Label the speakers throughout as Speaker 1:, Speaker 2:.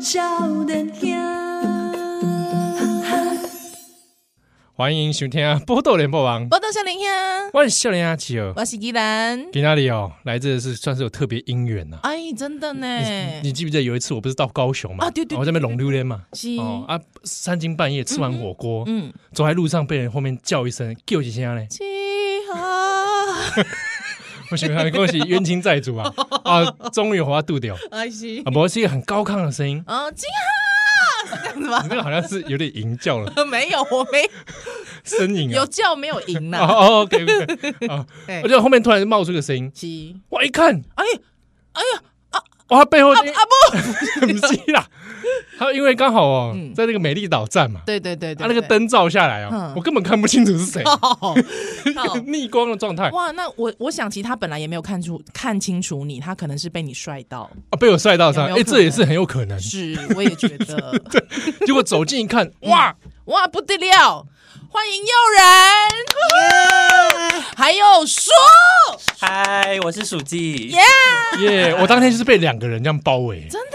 Speaker 1: 少年兄。
Speaker 2: 欢迎收听《波豆联播网》，
Speaker 3: 报道小林呀，
Speaker 2: 我是笑脸阿奇哦。
Speaker 3: 我是依兰。
Speaker 2: 给那里哦，来这是算是有特别姻缘呐、
Speaker 3: 哎，真的呢，
Speaker 2: 你记不记得有一次我不是到高雄嘛？哦
Speaker 3: 啊对对对
Speaker 2: 我在那边龙溜溜嘛。
Speaker 3: 是
Speaker 2: 哦啊，三更半夜吃完火锅，
Speaker 3: 嗯，
Speaker 2: 走在路上被人后面叫一声“救一下嘞
Speaker 3: 七号，”，
Speaker 2: 我想想，恭喜冤亲债主啊啊，终于滑到肚掉
Speaker 3: 哎是
Speaker 2: 啊！不过是一个很高亢的声音，
Speaker 3: 啊，七号，是这样子
Speaker 2: 你那
Speaker 3: 吧？
Speaker 2: 个好像是有点吟叫了，
Speaker 3: 没有，我没
Speaker 2: 呻吟
Speaker 3: 有
Speaker 2: 啊。
Speaker 3: 叫没有赢
Speaker 2: 哦
Speaker 3: 呐。
Speaker 2: 哦，OK OK，啊，
Speaker 3: 哎
Speaker 2: 我就后面突然冒出个声音，
Speaker 3: 七，
Speaker 2: 我一看，
Speaker 3: 哎哎呀，
Speaker 2: 哇，背后
Speaker 3: 阿阿不，
Speaker 2: 不是啦，他因为刚好哦，
Speaker 3: 嗯
Speaker 2: 在那个美丽岛站嘛，
Speaker 3: 对对对对，
Speaker 2: 啊他那个
Speaker 3: 对，
Speaker 2: 灯照下来哦
Speaker 3: 嗯，
Speaker 2: 我根本看不清楚是谁，
Speaker 3: 哦好
Speaker 2: 逆光的状态
Speaker 3: 哇，那我我想，其实他本来也没有看出看清楚你，他可能是被你帅到，
Speaker 2: 啊，被我帅到上，
Speaker 3: 有
Speaker 2: 哎，
Speaker 3: 没有可能
Speaker 2: 这也是很有可能。
Speaker 3: 是，我也觉得，嗯
Speaker 2: 结果走近一看， 哇，
Speaker 3: 哇，不得了！欢迎诱人，还有说
Speaker 4: 嗨，我是鼠记。
Speaker 3: 耶，
Speaker 2: 耶！我当天就是被两个人这样包围，
Speaker 3: 真的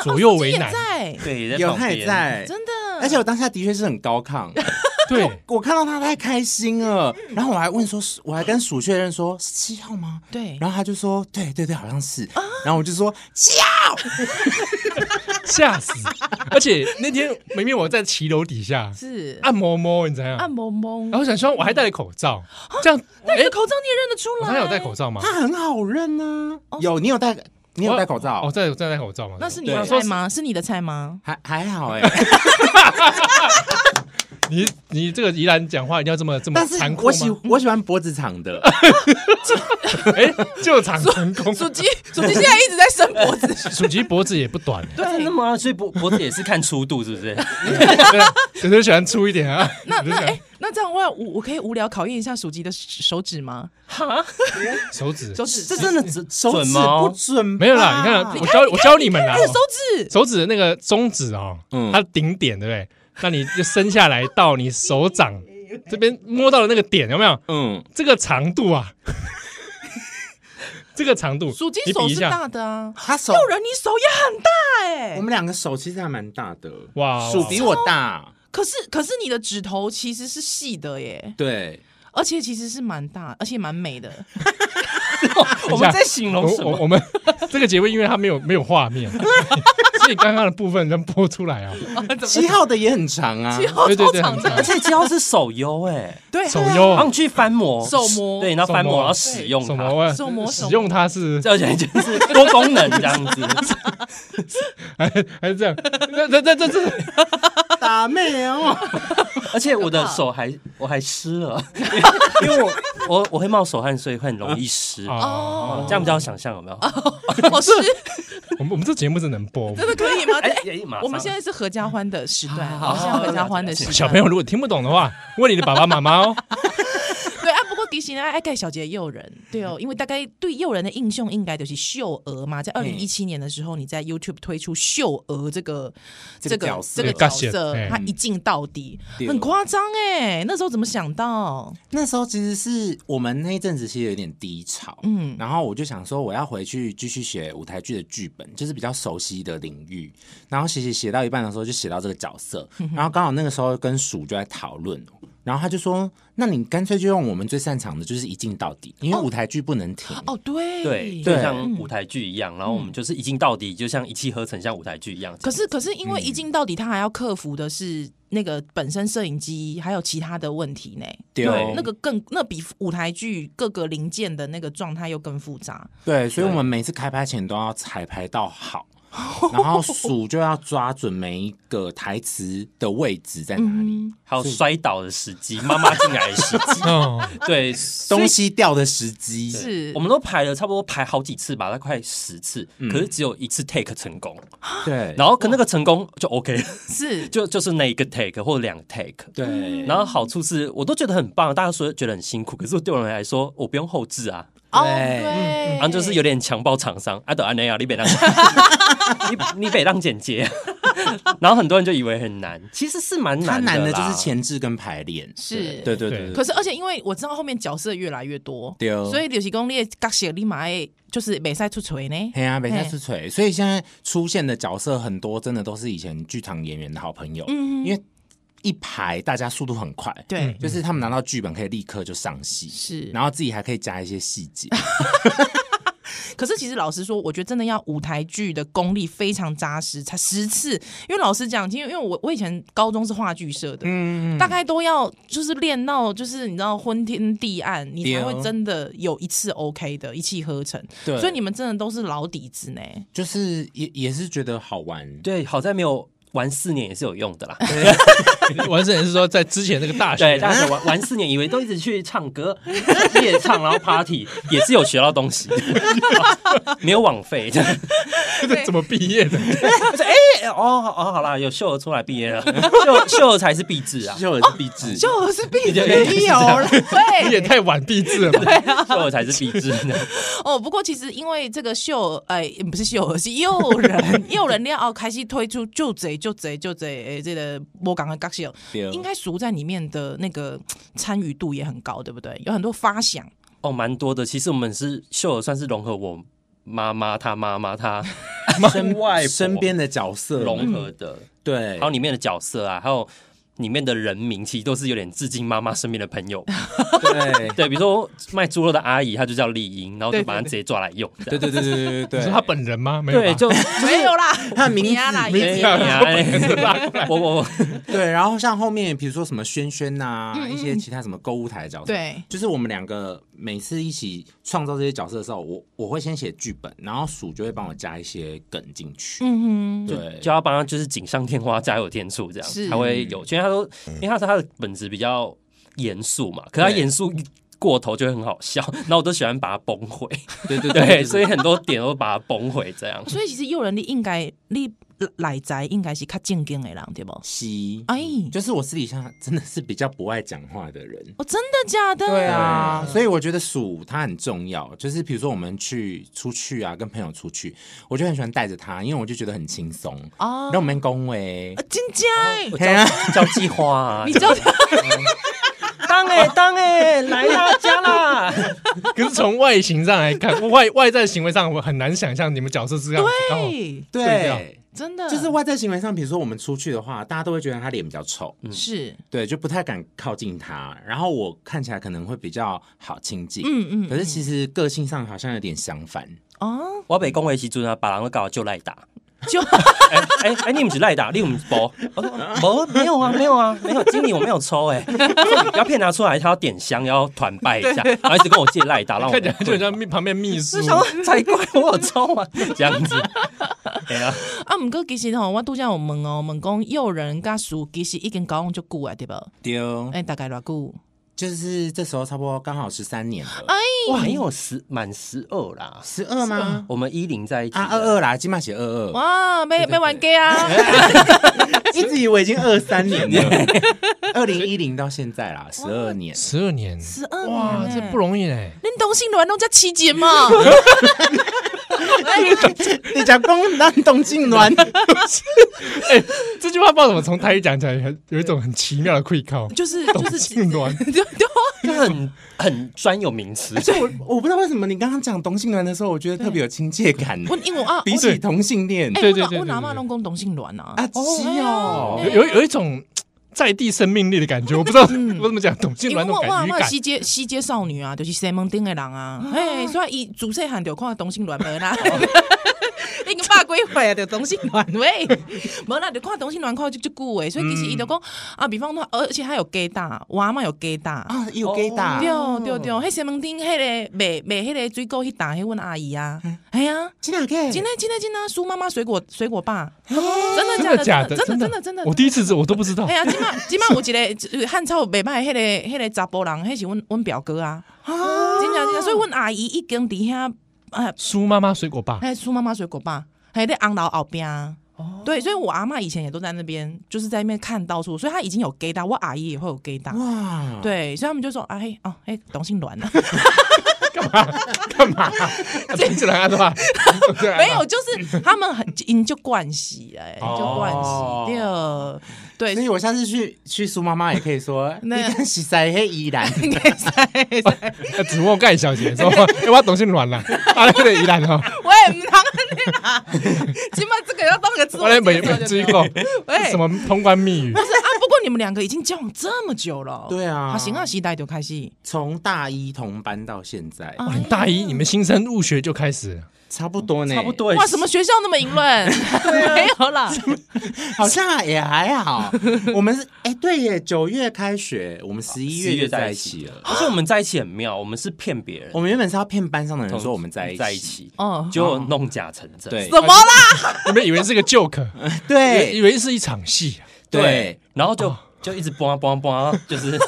Speaker 3: 啊
Speaker 2: 左右为
Speaker 3: 也
Speaker 2: 难，
Speaker 3: 在，
Speaker 4: 对，在
Speaker 5: 有
Speaker 4: 旁
Speaker 5: 他也
Speaker 4: 边，啊
Speaker 5: 在，
Speaker 3: 真的，
Speaker 5: 而且我当下的确是很高亢，
Speaker 2: 对，
Speaker 5: 我看到他太开心了，
Speaker 2: 嗯
Speaker 5: 然后我还问说，我还跟鼠确认说是七号吗？
Speaker 3: 对
Speaker 5: 然后他就说对对对，好像是，
Speaker 2: 啊
Speaker 5: 然后我就说七号，
Speaker 2: 吓死！而且那天明明我在骑楼底下
Speaker 3: 是
Speaker 2: 按摩摸，你怎样？
Speaker 3: 按
Speaker 2: 然
Speaker 3: 摩蒙，
Speaker 2: 后想说我还戴了口罩，这样，
Speaker 3: 那你
Speaker 2: 啊哎
Speaker 3: 的，口罩你也认得出
Speaker 2: 我
Speaker 3: 来？
Speaker 2: 刚才有戴口，罩吗？
Speaker 5: 他很好认啊，有你有戴你有戴口罩
Speaker 2: 哦，，在哦我在戴口罩吗？
Speaker 3: 那是你的
Speaker 5: 对
Speaker 3: 菜吗？是你的菜吗？
Speaker 5: 还还好 哎，
Speaker 2: 你你这个宜兰讲话一定要这么这么
Speaker 5: 但是
Speaker 2: 残酷吗？
Speaker 5: 我喜 我喜欢脖子长的，
Speaker 2: 哎，就场成功，
Speaker 3: 主机， 主机现在一直在伸脖 子，
Speaker 2: 属鸡脖子也不 短，欸
Speaker 4: 真的吗？所以脖脖子也是看粗度，是不是？
Speaker 2: 有的喜欢粗一点啊。
Speaker 3: 那那哎，那这样的话，我我可以无聊考验一下属鸡的手指吗？
Speaker 2: 手指
Speaker 3: 手指，
Speaker 5: 这真的只手
Speaker 4: 准
Speaker 5: 指
Speaker 4: 吗
Speaker 5: 不准吧，
Speaker 2: 没有啦，你看我教我教你们啦哦
Speaker 3: 哎，，手指，
Speaker 2: 手指的那个中指哦，它的顶点对不对？那你就伸下来到你手掌这边摸到的那个点有没有？
Speaker 5: 嗯，
Speaker 2: 这个长度啊， 这个长度，
Speaker 3: 属鸡
Speaker 2: 你比
Speaker 3: 手
Speaker 2: 一
Speaker 3: 是
Speaker 2: 下，
Speaker 3: 大的啊，
Speaker 5: 他手
Speaker 3: 诱人你手也很大哎
Speaker 5: 我，
Speaker 2: 嗯
Speaker 5: 们两个手其实还蛮大的，
Speaker 2: 哇哦
Speaker 5: 鼠比我大，
Speaker 3: 可是可是你的指头其实是细的耶，
Speaker 5: 对。
Speaker 3: 而且其实是蛮大，而且蛮美的。
Speaker 2: 啊
Speaker 4: 我们在形容
Speaker 2: 我
Speaker 4: 什
Speaker 2: 我
Speaker 4: 么？
Speaker 2: 我们 这个节目因为它没有没有画 面，所以刚刚的部分能播出来啊。
Speaker 5: 七号的也很长啊，
Speaker 3: 七号
Speaker 2: 对对
Speaker 3: 超
Speaker 2: 对
Speaker 3: 长
Speaker 2: 很
Speaker 4: 而
Speaker 3: 的，
Speaker 4: 且这要是手游哎，
Speaker 3: 对，
Speaker 2: 手优
Speaker 4: 然
Speaker 2: 啊
Speaker 4: 后你去翻模，
Speaker 3: 手模
Speaker 4: 对，然后翻
Speaker 2: 手模
Speaker 4: 模，然后使用
Speaker 2: 什
Speaker 4: 它，
Speaker 2: 么啊
Speaker 3: 手模手
Speaker 2: 使
Speaker 3: 模
Speaker 2: 用它是
Speaker 4: 这而且就是多功能这样子。
Speaker 2: 还还是这样？这这这这这。
Speaker 5: 打妹哦，
Speaker 4: 而且我的手还我还湿了，因为我我我会冒手汗，所以会很容易湿。
Speaker 2: 哦，
Speaker 4: 哦这样比较想象有没有？
Speaker 3: 哦我是
Speaker 2: 我们我们这节目是能播吗
Speaker 3: 真的可以 吗？哎，
Speaker 4: 哎马上
Speaker 3: 我们现在是合家欢的时段，
Speaker 4: 好
Speaker 3: 好，现在合家欢的时段。
Speaker 2: 小朋友如果听不懂的话，问你的爸爸妈妈 哦。
Speaker 3: 对啊，不过迪士尼爱盖小姐诱人，对哦，因为大概对诱人的印象应该就是秀娥嘛，在二零一七年的时候，你在 YouTube 推出秀娥这个
Speaker 5: 这个
Speaker 3: 这个
Speaker 5: 角
Speaker 3: 这
Speaker 5: 色
Speaker 3: 个
Speaker 2: 对
Speaker 3: 角
Speaker 2: 角
Speaker 3: 色
Speaker 2: 色，
Speaker 3: 她一镜到底，
Speaker 5: 对
Speaker 3: 很夸张哎，那时候怎么想到？
Speaker 5: 那时候其实是我们那一阵子其实有点低潮，
Speaker 3: 嗯
Speaker 5: 嗯，然后我就想说我要回去继续写舞台剧的剧本，就是比较熟悉的领域。然后写写写到一半的时候就写到这个角色，
Speaker 3: 嗯
Speaker 5: 然后刚好那个时候跟鼠就在讨论，哦然后他就说：“那你干脆就用我们最擅长的，就是一镜到底，因为舞台剧不能停。
Speaker 3: 哦，对嗯
Speaker 4: 对，就像舞台剧一样，然后我们就是一镜到底，就像一气呵成，像舞台剧一样。
Speaker 3: 可是，可是，因为一镜到底，他还要克服的是那个本身摄影机还有其他的问题呢。
Speaker 5: 对
Speaker 4: 对
Speaker 3: 那个更那比舞台剧各个零件的那个状态又更复杂。
Speaker 5: 对，所以我们每次开拍前都要彩排 到好，然后鼠就要抓准每一个台词的位置在哪
Speaker 3: 嗯
Speaker 5: 里，
Speaker 4: 还有摔倒的时机，妈妈进来的时 机，
Speaker 2: 嗯，
Speaker 4: 对，
Speaker 5: 东西掉的时机
Speaker 3: 是
Speaker 4: 我们都排了差不多排好几次吧，大概快十次，可是只有一次 take 成功，
Speaker 5: 对，
Speaker 4: 然后可那个成功就 OK 了，
Speaker 3: 是，
Speaker 4: 就就是那一个 take 或两个 take。
Speaker 5: 对，
Speaker 4: 然后好处是我都觉得很棒，大家说觉得很辛苦，可是对我来说我不用后置啊，
Speaker 3: 哦，
Speaker 5: 对
Speaker 3: 对，
Speaker 4: 然后就是有点强暴厂商，啊，德安内亚你北浪，你你北浪简洁， 然后很多人就以为很难，其实是蛮
Speaker 5: 它
Speaker 4: 难
Speaker 5: 难
Speaker 4: 的
Speaker 5: 嗯的
Speaker 4: 啦
Speaker 5: 就是前置跟排练，
Speaker 3: 是
Speaker 5: 对对对
Speaker 2: 对
Speaker 5: 对
Speaker 3: 可是，而且因为我知道后面角色越来越多，
Speaker 5: 对哦
Speaker 3: 所以就是讲你的角色立马会就是没赛出锤呢。
Speaker 5: 黑啊，北下是锤，所以现在出现的角色很多，真的都是以前剧场演员的好朋友，因为一排大家速度很快，
Speaker 3: 嗯对，
Speaker 5: 就是他们拿到剧本可以立刻就上戏，
Speaker 3: 是。
Speaker 5: 然后自己还可以加一些细 节，
Speaker 3: 可是其实老实说，我觉得真的要舞台剧的功力非常扎实，才十次。因为老实讲，因为因为我我以前高中是话剧社的，大概都要就是练到就是你知道昏天地暗，你才会
Speaker 5: 对哦
Speaker 3: 真的有一次 OK 的，一气呵成。
Speaker 5: 对
Speaker 3: 所以你们真的都是老底子呢。
Speaker 5: 就是也也是觉得好玩。
Speaker 4: 对，好在没有玩四年也是有用的啦。
Speaker 2: 完整是说在之前那个大
Speaker 4: 对，
Speaker 2: 学，
Speaker 4: 大家玩玩四年，以为都一直去唱歌、 夜唱，然后 party，也是有学到东西， 没有枉费。 这样
Speaker 2: 这个怎么毕业的？
Speaker 4: 哎哦哦，好啦，有秀儿出来毕业了，秀秀儿才是必制啊，
Speaker 5: 秀儿是壁纸，
Speaker 3: 就是必
Speaker 4: 对
Speaker 3: 没有了，
Speaker 2: 你也
Speaker 3: 对，
Speaker 2: 太晚毕制了吧？
Speaker 4: 秀儿才是必制 的。
Speaker 3: 哦，不过其实因为这个秀，哎、不是秀，是诱 人，诱人恋哦，开始推出就贼就贼就贼，哎、这个我刚刚刚秀，
Speaker 5: 对哦
Speaker 3: 应该熟在里面的那个参与度也很高，对不对？有很多发 想，
Speaker 4: 哦，蛮多的。其实我们是秀儿，算是融合我妈妈、她妈妈、她
Speaker 5: 身
Speaker 4: 外婆
Speaker 5: 身边的角色
Speaker 4: 融合的，
Speaker 5: 对
Speaker 4: 还有，里面的角色啊，还有里面的人名，其实都是有点致敬妈妈身边的朋友。
Speaker 5: 对
Speaker 4: 对，比如说卖猪肉的阿姨，她就叫丽英，然后就
Speaker 3: 对
Speaker 4: 把她直接抓来用。这样
Speaker 5: 对对对对对对
Speaker 2: 你
Speaker 5: 对，
Speaker 2: 说他本人吗？没有
Speaker 4: 对，
Speaker 2: 吧，
Speaker 4: 就
Speaker 3: 没有啦，
Speaker 5: 他的名字
Speaker 3: 你啊啦，
Speaker 2: 名字
Speaker 3: 也
Speaker 2: 啊
Speaker 3: 也
Speaker 4: 呀，哎我我我，
Speaker 5: 对，然后像后面比如说什么轩轩呐，
Speaker 3: 嗯
Speaker 5: 一些其他什么购物台的角色，
Speaker 3: 对，
Speaker 5: 就是我们两个每次一起创造这些角色的时候，我我会先写剧本，然后鼠就会帮我加一些梗进去，
Speaker 3: 嗯哼，
Speaker 5: 对，
Speaker 4: 就要帮他就是锦上添花，加油添醋，这样
Speaker 3: 是
Speaker 4: 才会有。因为他都，因为他说他的本质比较严肃嘛，可是他
Speaker 5: 对
Speaker 4: 严肃过头就会很好笑， 然后我都喜欢把它崩毁。
Speaker 5: 对对
Speaker 4: 对，所以很多点都把它崩毁，这样。
Speaker 3: 所以其实诱人力应该你来宅应该是较正经的人，对不？
Speaker 5: 西，
Speaker 3: 哎，
Speaker 5: 啊就是我私底下真的是比较不爱讲话的人。
Speaker 3: 哦，真的假的？
Speaker 5: 对啊，所以我觉得鼠它很重要，就是比如说我们去出去啊，跟朋友出去，我就很喜欢带着它，因为我就觉得很轻松。
Speaker 3: 啊，
Speaker 5: 让我哦们恭维
Speaker 3: 啊，真假的？
Speaker 4: 我交交际花啊
Speaker 3: 你，知道
Speaker 4: 当哎当哎，来啦加啦，
Speaker 2: 可是从外形上来看， 外外在行为上，我很难想象你们角色是这样。哦，
Speaker 3: 对，
Speaker 2: 这样
Speaker 5: 对，
Speaker 3: 真的
Speaker 5: 就是外在行为上，比如说我们出去的话，大家都会觉得他脸比较丑，
Speaker 3: 是，
Speaker 5: 对，就不太敢靠近他。然后我看起来可能会比较好亲近，
Speaker 3: 嗯嗯，
Speaker 5: 可是其实个性上好像有点相反。
Speaker 3: 哦，
Speaker 4: 我被恭维时阵啊，把人搞就赖打。
Speaker 3: 就啊
Speaker 4: 哎哎哎，你们是赖打，你们是包？我说没没有啊，没有啊，没有。经理我没有抽哎，他说你 不要骗拿出来，他要点香，要团拜一 下，然后一直跟我借赖打，让我
Speaker 2: 啊哦看起来就很像秘旁边秘书
Speaker 4: 就。想说才怪，我有抽啊， 这样 子。哎呀，
Speaker 3: 啊，毋过其实吼，我拄则有问哦，问讲诱人甲熟其实已经交往足久啊，对无？
Speaker 5: 丢，
Speaker 3: 哎，大概偌久？
Speaker 5: 就是这时候差不多刚好十三年了，
Speaker 3: 哎
Speaker 4: 哇，没有十满十二啦，
Speaker 5: 十二吗？
Speaker 4: 我们一零在一起的
Speaker 5: 啊，二二啦，金马写二二，
Speaker 3: 哇，没没玩 gay 啊，
Speaker 5: 一直以为已经二三年了，二零一零到现在啦，十二年。
Speaker 2: 十二年，
Speaker 3: 十二
Speaker 2: 哇，这不容易哎！
Speaker 3: 嗯恁同性恋拢遮起 节嘛？
Speaker 5: 你讲公男董静 鸾，
Speaker 2: 哎，这句话不知道怎么从台语讲起来，很有一种很奇妙的愧靠。
Speaker 3: 就是
Speaker 2: 董
Speaker 3: 就是
Speaker 2: 庆鸾，
Speaker 3: 对对
Speaker 4: 就很很专有名词。
Speaker 5: 所以我我不知道为什么你刚刚讲同性恋的时候，我觉得特别有亲切感。
Speaker 3: 我因为我 啊，
Speaker 5: 比起同性恋，
Speaker 3: 哎，
Speaker 2: 对
Speaker 3: 我
Speaker 2: 对
Speaker 3: 老
Speaker 2: 对
Speaker 3: 我
Speaker 2: 对
Speaker 3: 阿
Speaker 2: 对
Speaker 3: 妈
Speaker 2: 对
Speaker 3: 拢讲同性恋啊，
Speaker 5: 啊，是哦
Speaker 2: 有有有一种在地生命力的感觉，我不知道我怎么讲，董性
Speaker 3: 因为
Speaker 2: 鸾那
Speaker 3: 我
Speaker 2: 种
Speaker 3: 嗯我阿
Speaker 2: 感
Speaker 3: 妈
Speaker 2: 觉
Speaker 3: 西街西街少女啊，就是西门町的人啊，哎，所以伊自细汉就看同性恋没啦。 已经百几岁啊，就同性恋 喂，无啦，就看同性恋看就就久诶，所以其实伊就讲
Speaker 2: 嗯
Speaker 3: 啊，比方说，而且还有 gay 大，我阿妈有 gay 大，
Speaker 5: 啊，有 gay 大
Speaker 3: 对，对对，迄西门町迄个卖卖迄个水果迄搭迄阮阿姨啊，哎呀，
Speaker 5: 真的 gay，
Speaker 3: 今天今天今天苏妈妈水果水果爸，
Speaker 2: 哦真
Speaker 3: 真
Speaker 2: 的
Speaker 3: 的
Speaker 2: 假
Speaker 3: 假
Speaker 2: 的？
Speaker 3: 的
Speaker 2: 真
Speaker 3: 真的
Speaker 2: 的
Speaker 3: 真的真的
Speaker 2: 我第一次知，我都不知道
Speaker 3: 哎。呀，今麦今麦有一个呃汉朝袂歹迄个迄个查甫人，迄是阮阮表哥啊，真正真正，所以阮阿姨已经伫遐，哎
Speaker 2: 苏妈妈水果 爸，
Speaker 3: 哎，苏妈妈水果爸，还在红楼后边啊。
Speaker 5: 哦
Speaker 3: 对，所以我阿妈以前也都在那边，就是在那边看到处，所以她已经有 gay 大，我阿姨也会有 gay 大，
Speaker 5: 哇，
Speaker 3: 啊 对，所以他们就说，哎哦，哎，同性恋啊，
Speaker 2: 干嘛？ 真是来的话，
Speaker 3: 没 有，就是他们很因就惯习哎，
Speaker 5: 哦
Speaker 3: 就惯习对
Speaker 5: 所
Speaker 3: 对，
Speaker 5: 以我下次去去苏妈妈也可以说，你
Speaker 3: 那
Speaker 5: 跟洗晒黑依然，
Speaker 3: 应该是会使
Speaker 2: 呃主卧盖小姐说， 哎我董姓阮啦，啊，那个宜兰哦，
Speaker 3: 喂，唔通 安尼啦，起码这个要当个自
Speaker 2: 我
Speaker 3: 我
Speaker 2: 来
Speaker 3: 介
Speaker 2: 美
Speaker 3: 绍
Speaker 2: 美
Speaker 3: 就
Speaker 2: 追
Speaker 3: 对
Speaker 2: 过
Speaker 3: 了。喂，
Speaker 2: 什么通关密语
Speaker 3: 不，是啊？不过你们两个已经交往这么久了，
Speaker 5: 对啊
Speaker 3: 啊，行啊，时代就开始，
Speaker 5: 从大一同班到现在，
Speaker 3: 啊
Speaker 2: 哇你大一你们新生入学就开始了，
Speaker 5: 差不多 呢，
Speaker 4: 差不，多。
Speaker 3: 哇，什么？学校那么淫 乱？
Speaker 5: 啊
Speaker 3: 没有啦，
Speaker 5: 好像也还好。我们是哎，对耶，九月开学，我们十一
Speaker 4: 11
Speaker 5: 月
Speaker 4: 月
Speaker 5: 就在
Speaker 4: 在
Speaker 5: 一
Speaker 4: 一
Speaker 5: 起了。
Speaker 4: 而且我们在一起很妙，我们是骗别人
Speaker 5: 我，们原本是要骗班上的人
Speaker 4: 同
Speaker 5: 说我们在一起，
Speaker 4: 在一，起，
Speaker 3: 哦，
Speaker 4: 结果弄假成真。
Speaker 5: 对
Speaker 3: 怎么啦？
Speaker 2: 你们以为是个 joke，以
Speaker 3: 哎
Speaker 5: 对
Speaker 2: 为是一场戏啊，
Speaker 5: 对
Speaker 4: 对，然后就就一直啊叭叭叭， 就是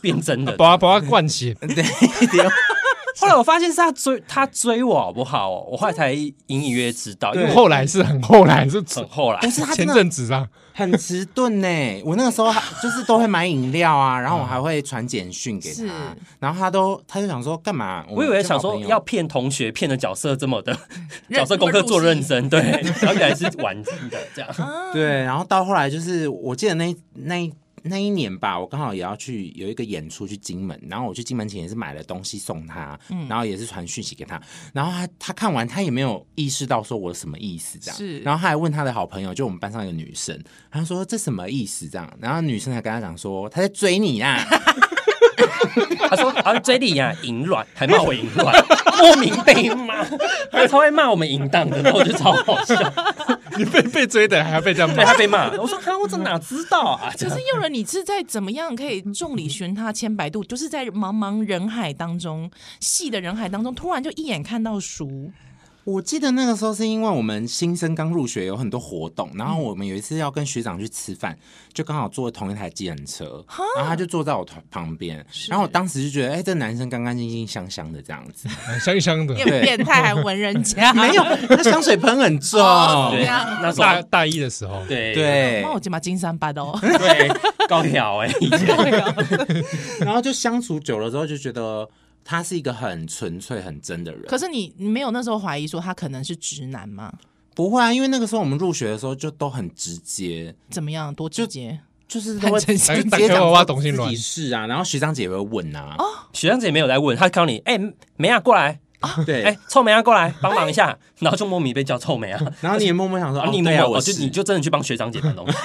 Speaker 4: 变 真的。
Speaker 2: 把他把他灌血，
Speaker 5: 对，
Speaker 4: 后来我发现是他追他追我好不好哦？我后来才隐隐约约知道，因为我
Speaker 2: 后来是很后来是
Speaker 4: 很后来
Speaker 5: 不是他
Speaker 2: 前
Speaker 5: 真的
Speaker 2: 阵子啊，
Speaker 5: 很迟钝呢。我那个时候还就是都会买饮料啊，然后我还会传简讯给
Speaker 3: 是
Speaker 5: 他，然后他都他就想说干嘛？
Speaker 4: 我以
Speaker 5: 们
Speaker 4: 为
Speaker 5: 就
Speaker 4: 想
Speaker 5: 好
Speaker 4: 说
Speaker 5: 朋友
Speaker 4: 要骗同学，骗的角色这么的
Speaker 3: 认
Speaker 4: 角色功课做认真，对，然后原来是玩真的这样。
Speaker 5: 对，然后到后来就是，我记得那一那一那一年吧，我刚好也要去有一个演出去金门，然后我去金门前也是买了东西送他，然后也是传讯息给他，然后他他看完他也没有意识到说我什么意思这样，
Speaker 3: 是
Speaker 5: 然后他还问他的好朋友，就我们班上一个女生，他说这什么意思这样，然后女生还跟他讲说他在追你啊，
Speaker 4: 他说：“啊，追你呀，淫乱，还骂我淫乱， 莫名被骂，他超会骂我们淫荡的，然后我就超好笑。
Speaker 2: 你被被追的还要被这样
Speaker 4: 对
Speaker 2: 骂，
Speaker 4: 他被骂，我说：‘哈，我怎么哪知道啊？’这
Speaker 3: 可
Speaker 4: 样
Speaker 3: 是诱人，你是在怎么样可以众里寻他千百度？就是在茫茫人海当中，细的人海当中，突然就一眼看到熟，
Speaker 5: 我记得那个时候是因为我们新生刚入学，有很多活动，然后我们有一次要跟学长去吃饭，就刚好坐同一台计程车，然后他就坐在我旁边，然后我当时就觉得，哎、这男生干干净净、香香的这样子，
Speaker 2: 哎香香的
Speaker 3: 你。很变态还闻人家，
Speaker 5: 没有，他香水喷很重，
Speaker 4: 对，那时
Speaker 2: 大
Speaker 4: 候
Speaker 2: 大一的时候，
Speaker 4: 哦对
Speaker 5: 对
Speaker 3: 那，我就把金山八哦刀。
Speaker 4: 对高挑哎，以前
Speaker 5: 然后就相处久了之后就觉得他是一个很纯粹、很真的人。
Speaker 3: 可是你你没有那时候怀疑说他可能是直男吗？
Speaker 5: 不会啊，因为那个时候我们入学的时候就都很直接，
Speaker 3: 怎么样？多直接？
Speaker 5: 就是都会
Speaker 3: 很诚
Speaker 5: 直
Speaker 3: 实
Speaker 5: 接
Speaker 2: 打开
Speaker 5: 讲
Speaker 2: 娃娃
Speaker 5: 说
Speaker 2: 董性
Speaker 5: 自
Speaker 2: 卵
Speaker 5: 己是啊，然后学长姐也会问啊，
Speaker 4: 学长姐没有来问，他告诉你：‘哎，梅亚过来，
Speaker 5: 对，
Speaker 4: 哎，臭梅亚过来帮忙一下。’ 然后就莫名被叫臭梅亚。”
Speaker 5: 然后你也默默想说，
Speaker 4: 啊，
Speaker 5: 哦
Speaker 4: 你没
Speaker 5: 对啊，
Speaker 4: 有，
Speaker 5: 我
Speaker 4: 就是你就真的去帮学长姐搬东西。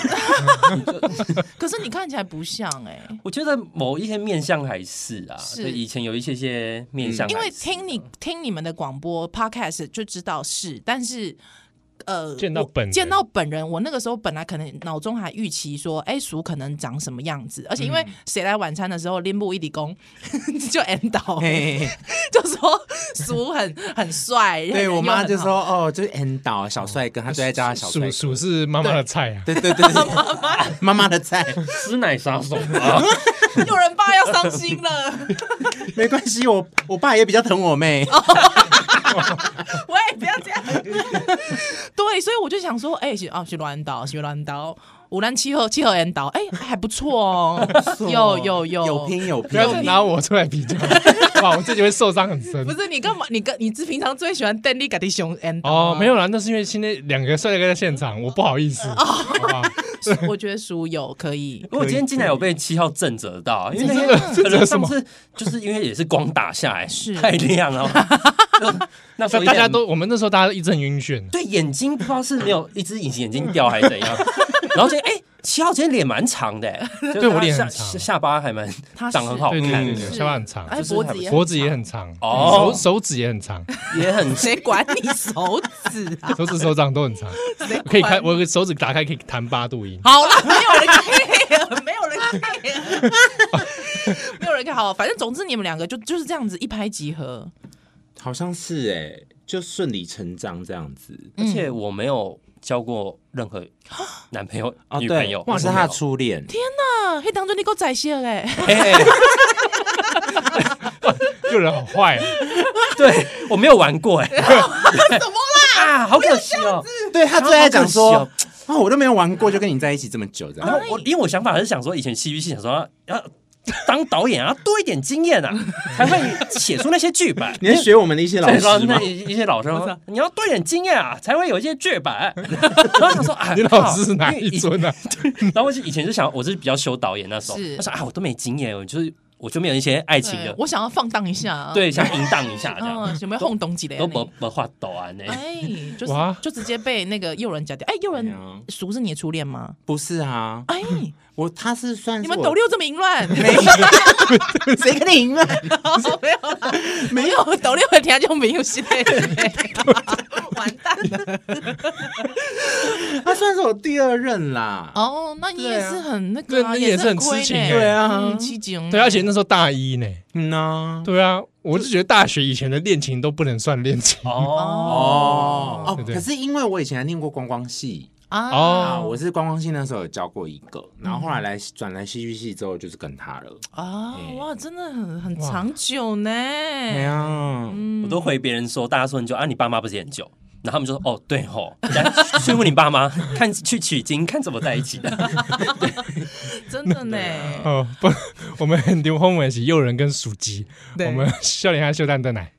Speaker 3: 可是你看起来不像哎、
Speaker 4: 我觉得某一些面相还是啊，
Speaker 3: 是
Speaker 4: 对以前有一些些面相还是，
Speaker 3: 因为听你
Speaker 2: 嗯
Speaker 3: 听你们的广播 podcast 就知道是，但是。呃，
Speaker 2: 见到
Speaker 3: 我
Speaker 2: 本人
Speaker 3: 见到本人，我那个时候本来可能脑中还预期说，哎、鼠可能长什么样子，而且因为
Speaker 2: 嗯
Speaker 3: 谁来晚餐的时候，林木一理工 就 end 到，
Speaker 5: 嘿嘿嘿
Speaker 3: 就说鼠很很帅，
Speaker 5: 对
Speaker 3: 人
Speaker 5: 我妈就
Speaker 3: 又很好，
Speaker 5: 说哦，就是 N 岛小帅哥，她就在叫他小帅
Speaker 2: 属属
Speaker 5: 哥。
Speaker 2: 是妈妈的菜啊，
Speaker 5: 对对对对，妈妈的菜
Speaker 4: 师奶杀手 啊，
Speaker 3: 有人爸要伤心了，
Speaker 5: 没关系，我我爸也比较疼我妹。
Speaker 3: 喂，不要这样。 对，所以我就想说，哎、是啊，学乱导，学乱导，五兰七和七和人导，哎、还不错哦，有有有
Speaker 5: 有拼有
Speaker 2: 不
Speaker 5: 拼，
Speaker 2: 要再拿我出来比较，哇，我自己会受伤很深
Speaker 3: 不。是你干嘛？你跟你是平常最喜欢邓丽嘎的熊 N
Speaker 2: 哦，没
Speaker 3: 有，
Speaker 2: 有啦，那是因为现在两个帅哥在现场，我不好意思，好不好？
Speaker 3: 我觉得鼠有可以。
Speaker 4: 我今天进来有被七号震折到，因为
Speaker 3: 真
Speaker 4: 那
Speaker 3: 的
Speaker 4: 天可能上次就是因为也是光打下来，
Speaker 3: 是
Speaker 4: 太亮了， 就那时候
Speaker 2: 那大家都，我们那时候大家都一阵晕眩，
Speaker 4: 对眼睛不知道是没有一只隐形眼镜掉还是怎样， 然后就哎。七号今天脸蛮长 的、欸，就是
Speaker 2: 对我
Speaker 4: 他
Speaker 2: 脸
Speaker 4: 下
Speaker 2: 很长
Speaker 4: 下下巴还蛮
Speaker 3: 他是
Speaker 4: 长很好
Speaker 2: 对对
Speaker 4: 看
Speaker 2: 对
Speaker 4: 的
Speaker 2: 对，下巴很长，
Speaker 3: 哎，
Speaker 4: 哦嗯就是
Speaker 3: 脖子也
Speaker 2: 脖子也很长，
Speaker 4: 哦
Speaker 2: 手手指也很长，
Speaker 4: 也很
Speaker 3: 谁管你手指 啊？
Speaker 2: 手指手掌都很长，
Speaker 3: 谁
Speaker 2: 可以开
Speaker 3: 管
Speaker 2: 我的手指打开可以弹八度音。
Speaker 3: 好啦，没有人 care，没有 人 care，没有人 care。好，反正总之你们两个就就是这样子一拍即合。
Speaker 5: 好像是哎，就顺理成章这样子。
Speaker 4: 而且我没有交过任何男朋友、
Speaker 5: 哦，
Speaker 4: 女朋
Speaker 5: 对
Speaker 4: 友，，
Speaker 5: 我是
Speaker 4: 没有
Speaker 5: 他的初恋，
Speaker 3: 啊，黑当中你给我宰些嘞！
Speaker 4: 嘿嘿
Speaker 2: 有人好坏啊，
Speaker 4: 对我没有玩过哎，怎么啦？啊，好可惜哦。
Speaker 5: 对他最爱讲
Speaker 4: 好
Speaker 5: 说
Speaker 4: 可，
Speaker 5: 哦，我都没有玩过，就跟你在一起这么久，这
Speaker 4: 然
Speaker 5: 样
Speaker 4: 后我因为我想法是想说，以前戏剧系想说要当导演啊，多一点经验啊，才会写出那些剧本。
Speaker 5: 你在学我们的一些老
Speaker 4: 所以说
Speaker 5: 师吗
Speaker 4: 那？一些老师说，你要多一点经验啊，才会有一些剧本。 然后想说，哎，
Speaker 2: 你老师是哪
Speaker 4: 因
Speaker 2: 一
Speaker 4: 为 以
Speaker 2: 尊啊？
Speaker 4: 然后我是以前就想，我是比较修导演那时候
Speaker 3: 是，
Speaker 4: 我想啊，我都没经验，我就是我就没有一些爱情
Speaker 3: 对
Speaker 4: 的，
Speaker 3: 我想要放荡一下啊，
Speaker 4: 对，想淫荡一下
Speaker 2: 啊
Speaker 4: 这样，
Speaker 3: 嗯，有没有轰动几雷？
Speaker 4: 都没没话抖啊那。
Speaker 3: 哎，就是
Speaker 2: 哇
Speaker 3: 就直接被那个诱人夹掉。哎，诱
Speaker 5: 对
Speaker 3: 人
Speaker 5: 啊
Speaker 3: 熟是你的初恋吗？
Speaker 5: 不是啊，
Speaker 3: 哎，
Speaker 5: 我他是算
Speaker 3: 你
Speaker 5: 是
Speaker 3: 们
Speaker 5: 我
Speaker 3: 抖六这么淫乱，没
Speaker 5: 谁跟你赢了？
Speaker 3: 有啦，没有抖六的天就没有戏嘞，完蛋了。
Speaker 5: 他算是我第二任啦。
Speaker 3: 哦，那你也是很那
Speaker 2: 对
Speaker 3: 个
Speaker 2: 啊
Speaker 3: 啊，
Speaker 2: 那也是很
Speaker 3: 亏
Speaker 2: 痴情
Speaker 3: 呢
Speaker 2: 哎对
Speaker 5: 啊
Speaker 3: 嗯痴情。
Speaker 2: 对，而且那时候大一呢。
Speaker 5: 嗯呐，
Speaker 2: 对啊，我就觉得大学以前的恋情都不能算恋情。
Speaker 4: 哦，
Speaker 5: 哦哦，
Speaker 2: 对对哦
Speaker 5: 可是因为我以前还念过观光系
Speaker 3: 아,
Speaker 5: 啊，
Speaker 3: 啊，
Speaker 5: 我是观光系那时候有教过一个，
Speaker 2: 嗯
Speaker 5: 然后后来来转来戏剧系之后就是跟他了。
Speaker 3: 啊，哇，真的很很长久呢。
Speaker 5: 哎呀，
Speaker 4: 我都回别人说，大家说你就啊，你爸妈不是研究。然后他们就说：“哦，对吼，来去问你爸妈，看去取经，看怎么在一起的。
Speaker 3: 真的呢。
Speaker 2: 哦，不，我们刘宏伟是诱人跟属鸡，
Speaker 3: 对
Speaker 2: 我们笑脸和秀蛋蛋奶。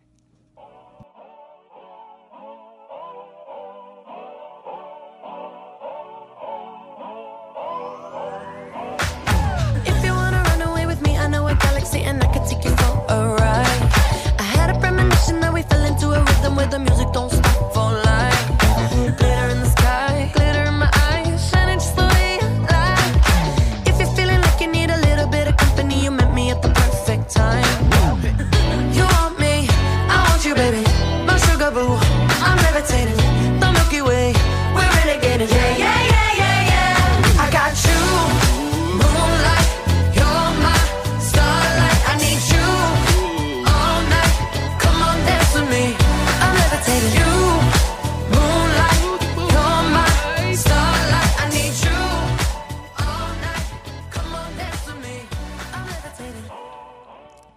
Speaker 1: If you wanna run away with me, I know a galaxy and I can take you for a ride. I had a premonition that we fell into a rhythm where the music don't stop for life. Glitter in the sky, glitter in my eyes, shining just the way I like. If you're feeling like you need a little bit of company, you met me at the perfect time. You want me, I want you, baby. My sugar boo, I'm levitating. The Milky Way, we're renegading. Yeah, yeah, yeah, yeah, yeah. I got you, moonlight. You're my starlight. I need you all night. Come on, dance with me. I'm levitating. You, moonlight. You're my starlight. I need you all night. Come on, dance with me. I'm levitating.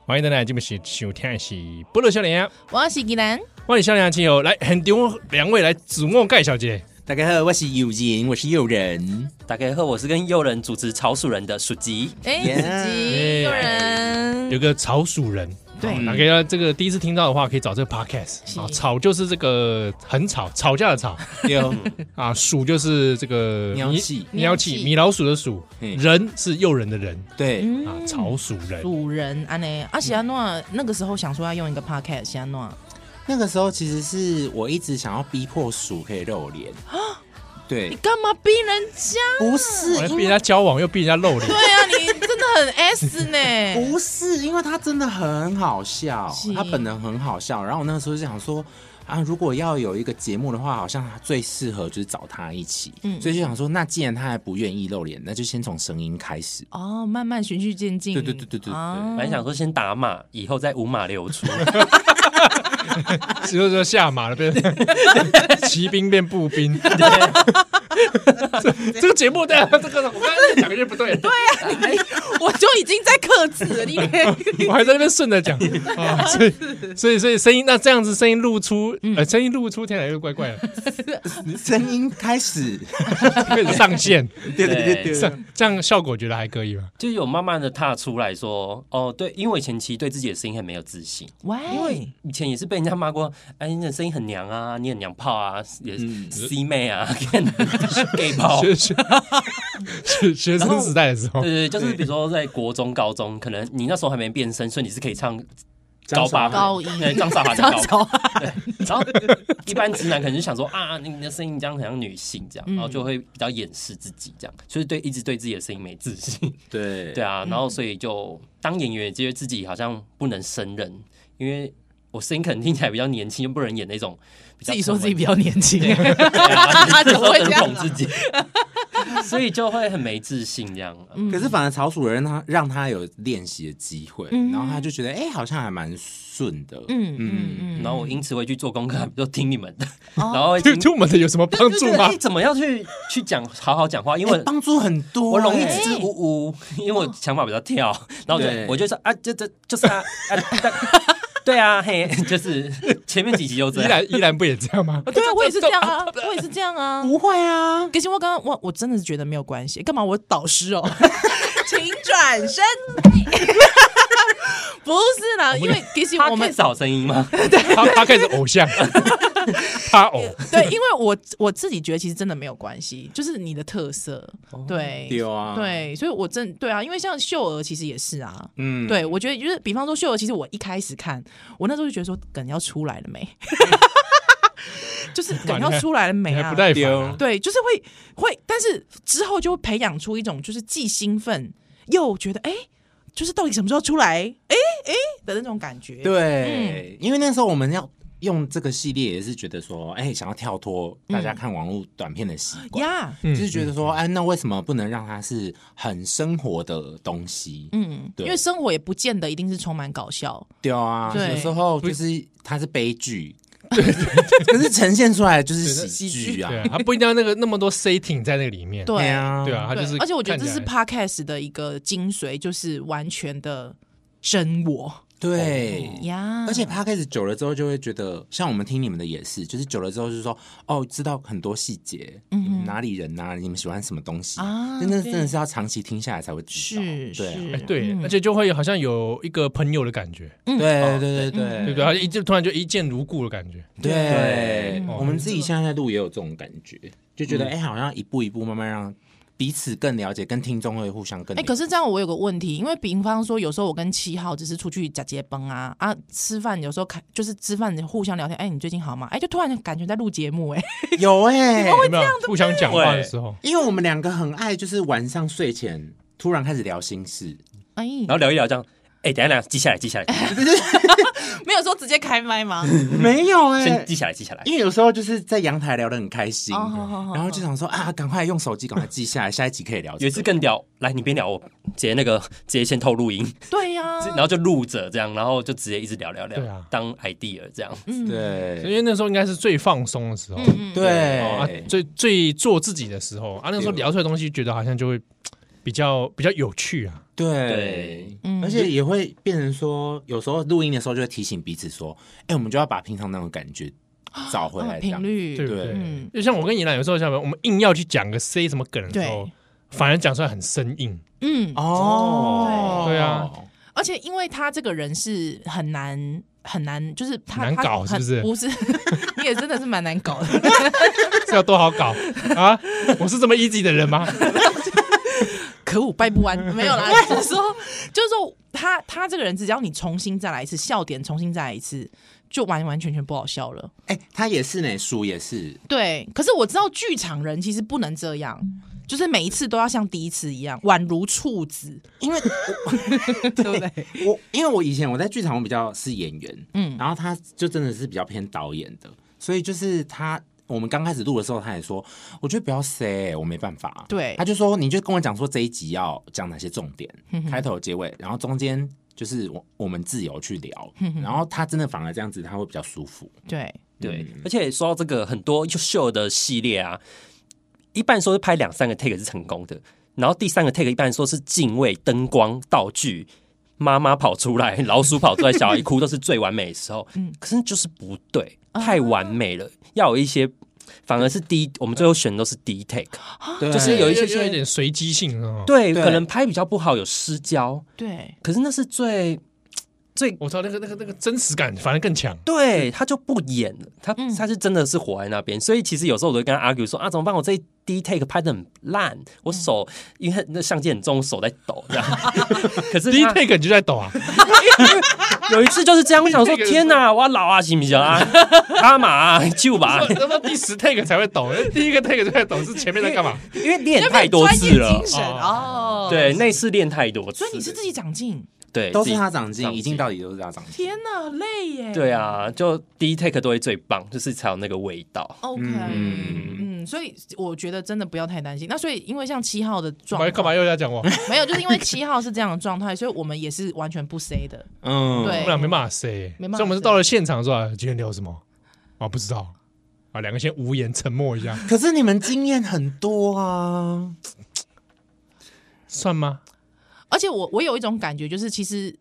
Speaker 2: 欢迎蛋奶，这边是收听的是菠萝笑脸，
Speaker 3: 我是吉兰，
Speaker 2: 欢迎笑脸的亲友来，很丢两位来自我介绍一下。
Speaker 5: 大家好，我是友人，我是友人，”
Speaker 4: 大概和我是跟诱人主持草鼠人的属鸡，
Speaker 3: 哎，
Speaker 5: Yeah
Speaker 3: 子吉诱人，
Speaker 2: 有个草鼠人，
Speaker 3: 对
Speaker 2: 哦
Speaker 5: 嗯
Speaker 2: 哪个要这个第一次听到的话，可以找这个 podcast
Speaker 3: 是
Speaker 2: 啊，草就是这个很吵，吵架的吵
Speaker 5: 有
Speaker 2: 啊，鼠就是这个
Speaker 5: 喵
Speaker 2: 米
Speaker 5: 气
Speaker 2: 喵
Speaker 3: 喵
Speaker 2: 气，
Speaker 3: 气
Speaker 2: 米老鼠的鼠，
Speaker 5: 嗯
Speaker 2: 人是诱人的人
Speaker 5: 对，
Speaker 2: 啊，草鼠人。
Speaker 3: 主人安内阿喜安诺那个时候想说要用一个 아, podcast 喜安诺，
Speaker 5: 那个时候其实是我一直想要逼迫鼠可以露脸
Speaker 2: 啊
Speaker 3: 你
Speaker 5: 对，
Speaker 3: 干嘛逼人家？
Speaker 5: 不是
Speaker 2: 我
Speaker 5: 因
Speaker 2: 哎逼人
Speaker 5: 为
Speaker 2: 家交往又逼人家露脸
Speaker 3: 对，啊，你真的很 S 呢。
Speaker 5: 不是因为他真的很好笑
Speaker 3: 是，
Speaker 5: 他本人很好笑。然后我那个时候就想说。啊，如果要有一个节目的话，好像最适合就是找他一起，
Speaker 3: 嗯
Speaker 5: 所以就想说，那既然他还不愿意露脸，那就先从声音开始。
Speaker 3: 哦，慢慢循序渐进。
Speaker 5: 对对对对对对
Speaker 3: 啊
Speaker 4: 本来想说先打码，以后再五码流出。
Speaker 2: 之后就下马了，变 骑兵变步兵。 这这个节目，对啊，这个我刚才讲的就不对，
Speaker 3: 我就已经在克制了， 你连
Speaker 2: 我还在那边顺着讲啊，所以所以所以声音，那这样子声音露出，
Speaker 4: 嗯
Speaker 2: 呃，声音露出，天哪，又怪怪的，
Speaker 5: 声音开始，
Speaker 2: 开始上 线，
Speaker 5: 对对对对
Speaker 2: 这
Speaker 5: 对，
Speaker 2: 样这样效果觉得还可以吧？
Speaker 4: 就是有慢慢的踏出来说，哦，对，因为我以前其实对自己的声音很没有自信，
Speaker 3: 喂，
Speaker 4: 以前也是被人家骂过，哎，你的声音很娘啊，你很娘炮啊，也是
Speaker 5: 嗯
Speaker 4: C 妹啊 ，gay 炮。
Speaker 2: 学学学学生时代的时候
Speaker 4: 对，对，对就是比如说在国中、高中，可能你那时候还没变声，所以你是可以唱高八
Speaker 3: 高音
Speaker 4: 对，张韶涵的
Speaker 3: 张
Speaker 4: 高。
Speaker 3: 韶涵
Speaker 4: 然后一般直男可能就想说啊，你的声音这样很像女性这样，然后就会比较掩饰自己这样，所以对一直对自己的声音没自信。
Speaker 5: 对
Speaker 4: 对啊，然后所以就当演员，也觉得自己好像不能胜任，因为我声音可能听起来比较年轻，又不能演那种比较
Speaker 3: 自己说自己比
Speaker 4: 较
Speaker 3: 较年轻，
Speaker 4: 对啊
Speaker 3: 怎么会这样啊
Speaker 4: 就是很捧自己，所以就会很没自信这样。
Speaker 5: 可是反而草鼠人让他让他有练习的机会，然后他就觉得哎、好像还蛮顺的，
Speaker 3: 嗯嗯
Speaker 5: 嗯嗯
Speaker 3: 嗯，
Speaker 4: 然后我因此会去做功课，就听你们的，然后会
Speaker 2: 对
Speaker 4: 听
Speaker 2: 对我们的有什么帮助
Speaker 4: 对
Speaker 2: 吗
Speaker 4: 哎？怎么样去去讲好好讲话？因
Speaker 5: 因为
Speaker 4: 为
Speaker 5: 帮助很多、
Speaker 4: 我容易
Speaker 5: 哎
Speaker 4: 支支吾吾，因为我想法比较跳，然后我就
Speaker 5: 对
Speaker 4: 我就说啊，这这就是啊啊，但对啊，嘿，就是前面几集就这
Speaker 2: 依
Speaker 4: 样。啊
Speaker 2: 然依然不也这样吗？
Speaker 3: 对啊，我也是这样啊，我也是这样啊。
Speaker 5: 不会啊，
Speaker 3: 可是我刚刚我我真的是觉得没有关系，干嘛我导师哦？ 请转身。 不是啦，因为其实
Speaker 4: 他
Speaker 3: 我
Speaker 4: 们
Speaker 3: 们
Speaker 4: 找声音吗？
Speaker 2: 他他开始偶 像，他偶
Speaker 3: 对，因为我我自己觉得其实真的没有关系，就是你的特色，对，哦
Speaker 5: 对啊
Speaker 3: 对，所以我真对啊，因为像秀儿其实也是啊，
Speaker 5: 嗯，
Speaker 3: 对我觉得就是，比方说秀儿，其实我一开始看，我那时候就觉得说梗要出来了没， 就是梗要出来了没
Speaker 2: 你还
Speaker 3: 啊
Speaker 2: 不？耐烦啊、
Speaker 3: 对，就是会会，但是之后就会培养出一种就是既兴奋又觉得哎、诶就是到底什么时候出来，哎、诶哎的那种感觉。
Speaker 5: 对，因为那时候我们要用这个系列，也是觉得说，哎、想要跳脱大家看网络短片的习惯，
Speaker 3: 呀，
Speaker 5: 就是觉得说，哎、那为什么不能让它是很生活的东西？
Speaker 3: 嗯，
Speaker 5: 对
Speaker 3: 因为生活也不见得一定是充满搞笑，
Speaker 5: 对啊，
Speaker 3: 对
Speaker 5: 有时候就是它是悲剧， 可是呈现出来就是喜剧啊
Speaker 2: 对。啊，他不一定要那个那么多 setting 在那个里面，
Speaker 3: 对
Speaker 5: 啊，
Speaker 2: 对啊，他
Speaker 3: 对
Speaker 2: 就是，
Speaker 3: 而且我觉得这
Speaker 2: 看
Speaker 3: 是
Speaker 2: 起来
Speaker 3: podcast 的一个精髓，就是完全的真我
Speaker 5: 对。
Speaker 3: 呀，
Speaker 5: 而且 p 开始久了之后，就会觉得像我们听你们的也是，就是久了之后就是说，哦，知道很多细节，嗯，哪里人呐、你们喜欢什么东西
Speaker 3: 啊
Speaker 5: 真的
Speaker 3: 对
Speaker 5: 真的是要长期听下来才会知道，
Speaker 3: 是
Speaker 5: 对啊、
Speaker 2: 哎
Speaker 3: 是，
Speaker 2: 对，而且就会好像有一个朋友的感 觉，
Speaker 3: 嗯
Speaker 5: 对对对
Speaker 2: 对
Speaker 5: 对
Speaker 2: 不对？他一就突然就一见如故的感觉，
Speaker 5: 对
Speaker 2: 嗯，
Speaker 5: 我们自己现在在录也有这种感觉，就觉得哎、好像一步一步慢慢让彼此更了解，跟听众会互相更
Speaker 3: 哎、
Speaker 5: 了解。
Speaker 3: 可是这样我有个问题，因为比方说，有时候我跟七号只是出去假结崩啊啊，吃饭有时候看就是吃饭互相聊天，哎、你最近好吗？哎、就突然感觉在录节目、哎，
Speaker 5: 有哎、
Speaker 2: 有没有？互相讲话的时候，
Speaker 5: 因为我们两个很爱，就是晚上睡前突然开始聊心事，
Speaker 3: 哎，
Speaker 4: 然
Speaker 2: 啊
Speaker 4: 后聊一聊这样，哎，等一下等一下，记下来，记下来，
Speaker 3: 没有说直接开 麦吗？
Speaker 5: 没有哎、
Speaker 4: 先记下来，记下来。
Speaker 5: 因为有时候就是在阳台聊得很开心，
Speaker 3: 哦好好好
Speaker 5: 然后就想说啊，赶快用手机赶快记下来，下一集可以聊、这
Speaker 4: 有
Speaker 5: 个
Speaker 4: 一次更屌，来你边聊，我直接那个直接先透录音，
Speaker 3: 对呀、
Speaker 4: 然后就录着这样，然后就直接一直聊聊
Speaker 2: 对
Speaker 4: 聊
Speaker 2: 啊，
Speaker 4: 当 idea 这样。
Speaker 3: 嗯
Speaker 2: 因
Speaker 5: 对
Speaker 2: 为那时候应该是最放松的时候，
Speaker 5: 对、
Speaker 2: 哦啊，最最做自己的时候啊，那时候聊出来的东西，觉得好像就会比较比较有趣啊。
Speaker 5: 对
Speaker 4: 对，
Speaker 3: 嗯
Speaker 5: 而且也会变成说，有时候录音的时候就会提醒彼此说，哎、我们就要把平常那种感觉找回
Speaker 3: 啊
Speaker 5: 来，这
Speaker 3: 频、
Speaker 5: 样
Speaker 3: 率
Speaker 2: 对不对？
Speaker 3: 嗯
Speaker 2: 就像我跟怡兰有时候像我们硬要去讲个 C 什么梗的时候
Speaker 3: 对，
Speaker 2: 反而讲出来很生硬。
Speaker 3: 嗯，
Speaker 5: 哦，
Speaker 2: 对对啊，
Speaker 3: 而且因为他这个人是很难。很难，就是他
Speaker 2: 难
Speaker 3: 他
Speaker 2: 搞是不是
Speaker 3: 很不是， 你也真的是蛮难搞的。
Speaker 2: 是要多好搞啊！我是这么 easy 的人吗？
Speaker 3: 可恶，掰不 弯，没有啦，就是说，就是说他他这个人，只要你重新再来一次，笑点重新再来一次，就完完全全不好笑了。
Speaker 5: 哎、他也是呢，鼠也是，
Speaker 3: 对，可是我知道剧场人其实不能这样，就是每一次都要像第一次一样，宛如处子，
Speaker 5: 因为
Speaker 3: 对不对？
Speaker 5: 我 因为我以前我在剧场，我比较是演员，
Speaker 3: 嗯
Speaker 5: 嗯，然后他就真的是比较偏导演的，所以就是他。我们刚开始录的时候，他也说，我觉得不要 say，我没办法。
Speaker 3: 对
Speaker 5: 他就说，你就跟我讲说这一集要讲哪些重点，开头、结尾，然后中间就是我我们自由去聊。然后他真的反而这样子，他会比较舒服。
Speaker 3: 对，
Speaker 4: 对，而且说到这个，很多秀的系列啊，一般说是拍两三个 take 是成功的，然后第三个 take 一般说是敬畏、灯光、道具、妈妈跑出来、老鼠跑出来、小孩哭，都是最完美的时候。可是就是不对，太完美了，要有一些，反而是第一，我们最后选的都是第一 take，
Speaker 5: 对
Speaker 4: 就是有一些
Speaker 2: 有有一点随机性哦。
Speaker 4: 对，
Speaker 5: 对
Speaker 4: 可能拍比较不好，有失焦，
Speaker 3: 对，
Speaker 4: 可是那是最最
Speaker 2: 我操，那个那个那个真实感反而更强。
Speaker 4: 对，
Speaker 3: 嗯
Speaker 4: 他就不演了，他、他是真的是活在那边，所以其实有时候我都会跟他 argue 说啊，怎么办？我这一第一 take 拍的很烂，我手、
Speaker 3: 嗯
Speaker 4: 因为那相机很重，我手在抖这样。 可是
Speaker 2: 第一
Speaker 4: 他
Speaker 2: take 你就在抖啊，
Speaker 4: 有一次就是这样，我想说
Speaker 2: take
Speaker 4: 天哪，我要老啊，行不行 啊？阿玛啊救吧，
Speaker 2: 等到第十 take 才会抖， 第一个 take 就在抖，是前面在干嘛？
Speaker 4: 因为练太多次
Speaker 3: 专业
Speaker 4: 了
Speaker 3: 精，神哦，
Speaker 4: 对，，那次练太多次，
Speaker 3: 所以你是自己长进，
Speaker 4: 对，
Speaker 5: 都
Speaker 4: 哎自
Speaker 5: 是
Speaker 4: 己
Speaker 5: 他长进，
Speaker 4: 长
Speaker 5: 一镜到底都是他长进。
Speaker 3: 天哪，累耶，
Speaker 4: 对啊，就第一 take 都会最棒，就是才有那个味道。
Speaker 3: ，OK，嗯所以我觉得真的不要太担心。那所以因为像七号的
Speaker 2: 干
Speaker 3: 状
Speaker 2: 嘛
Speaker 3: 况，
Speaker 2: 干嘛又要讲我？我
Speaker 3: 没有，就是因为七号是这样的状态，所以我们也是完全不 say 的。
Speaker 5: 嗯，
Speaker 3: 对
Speaker 2: 们俩没骂谁，
Speaker 3: 没
Speaker 2: 所
Speaker 3: 骂
Speaker 2: 以我们是到了现场说啊今天聊什么啊？不知道啊，两个先无言沉默一 下，
Speaker 5: 可是你们经验很多啊，
Speaker 2: 算吗？
Speaker 3: 而且我我有一种感觉，就是其实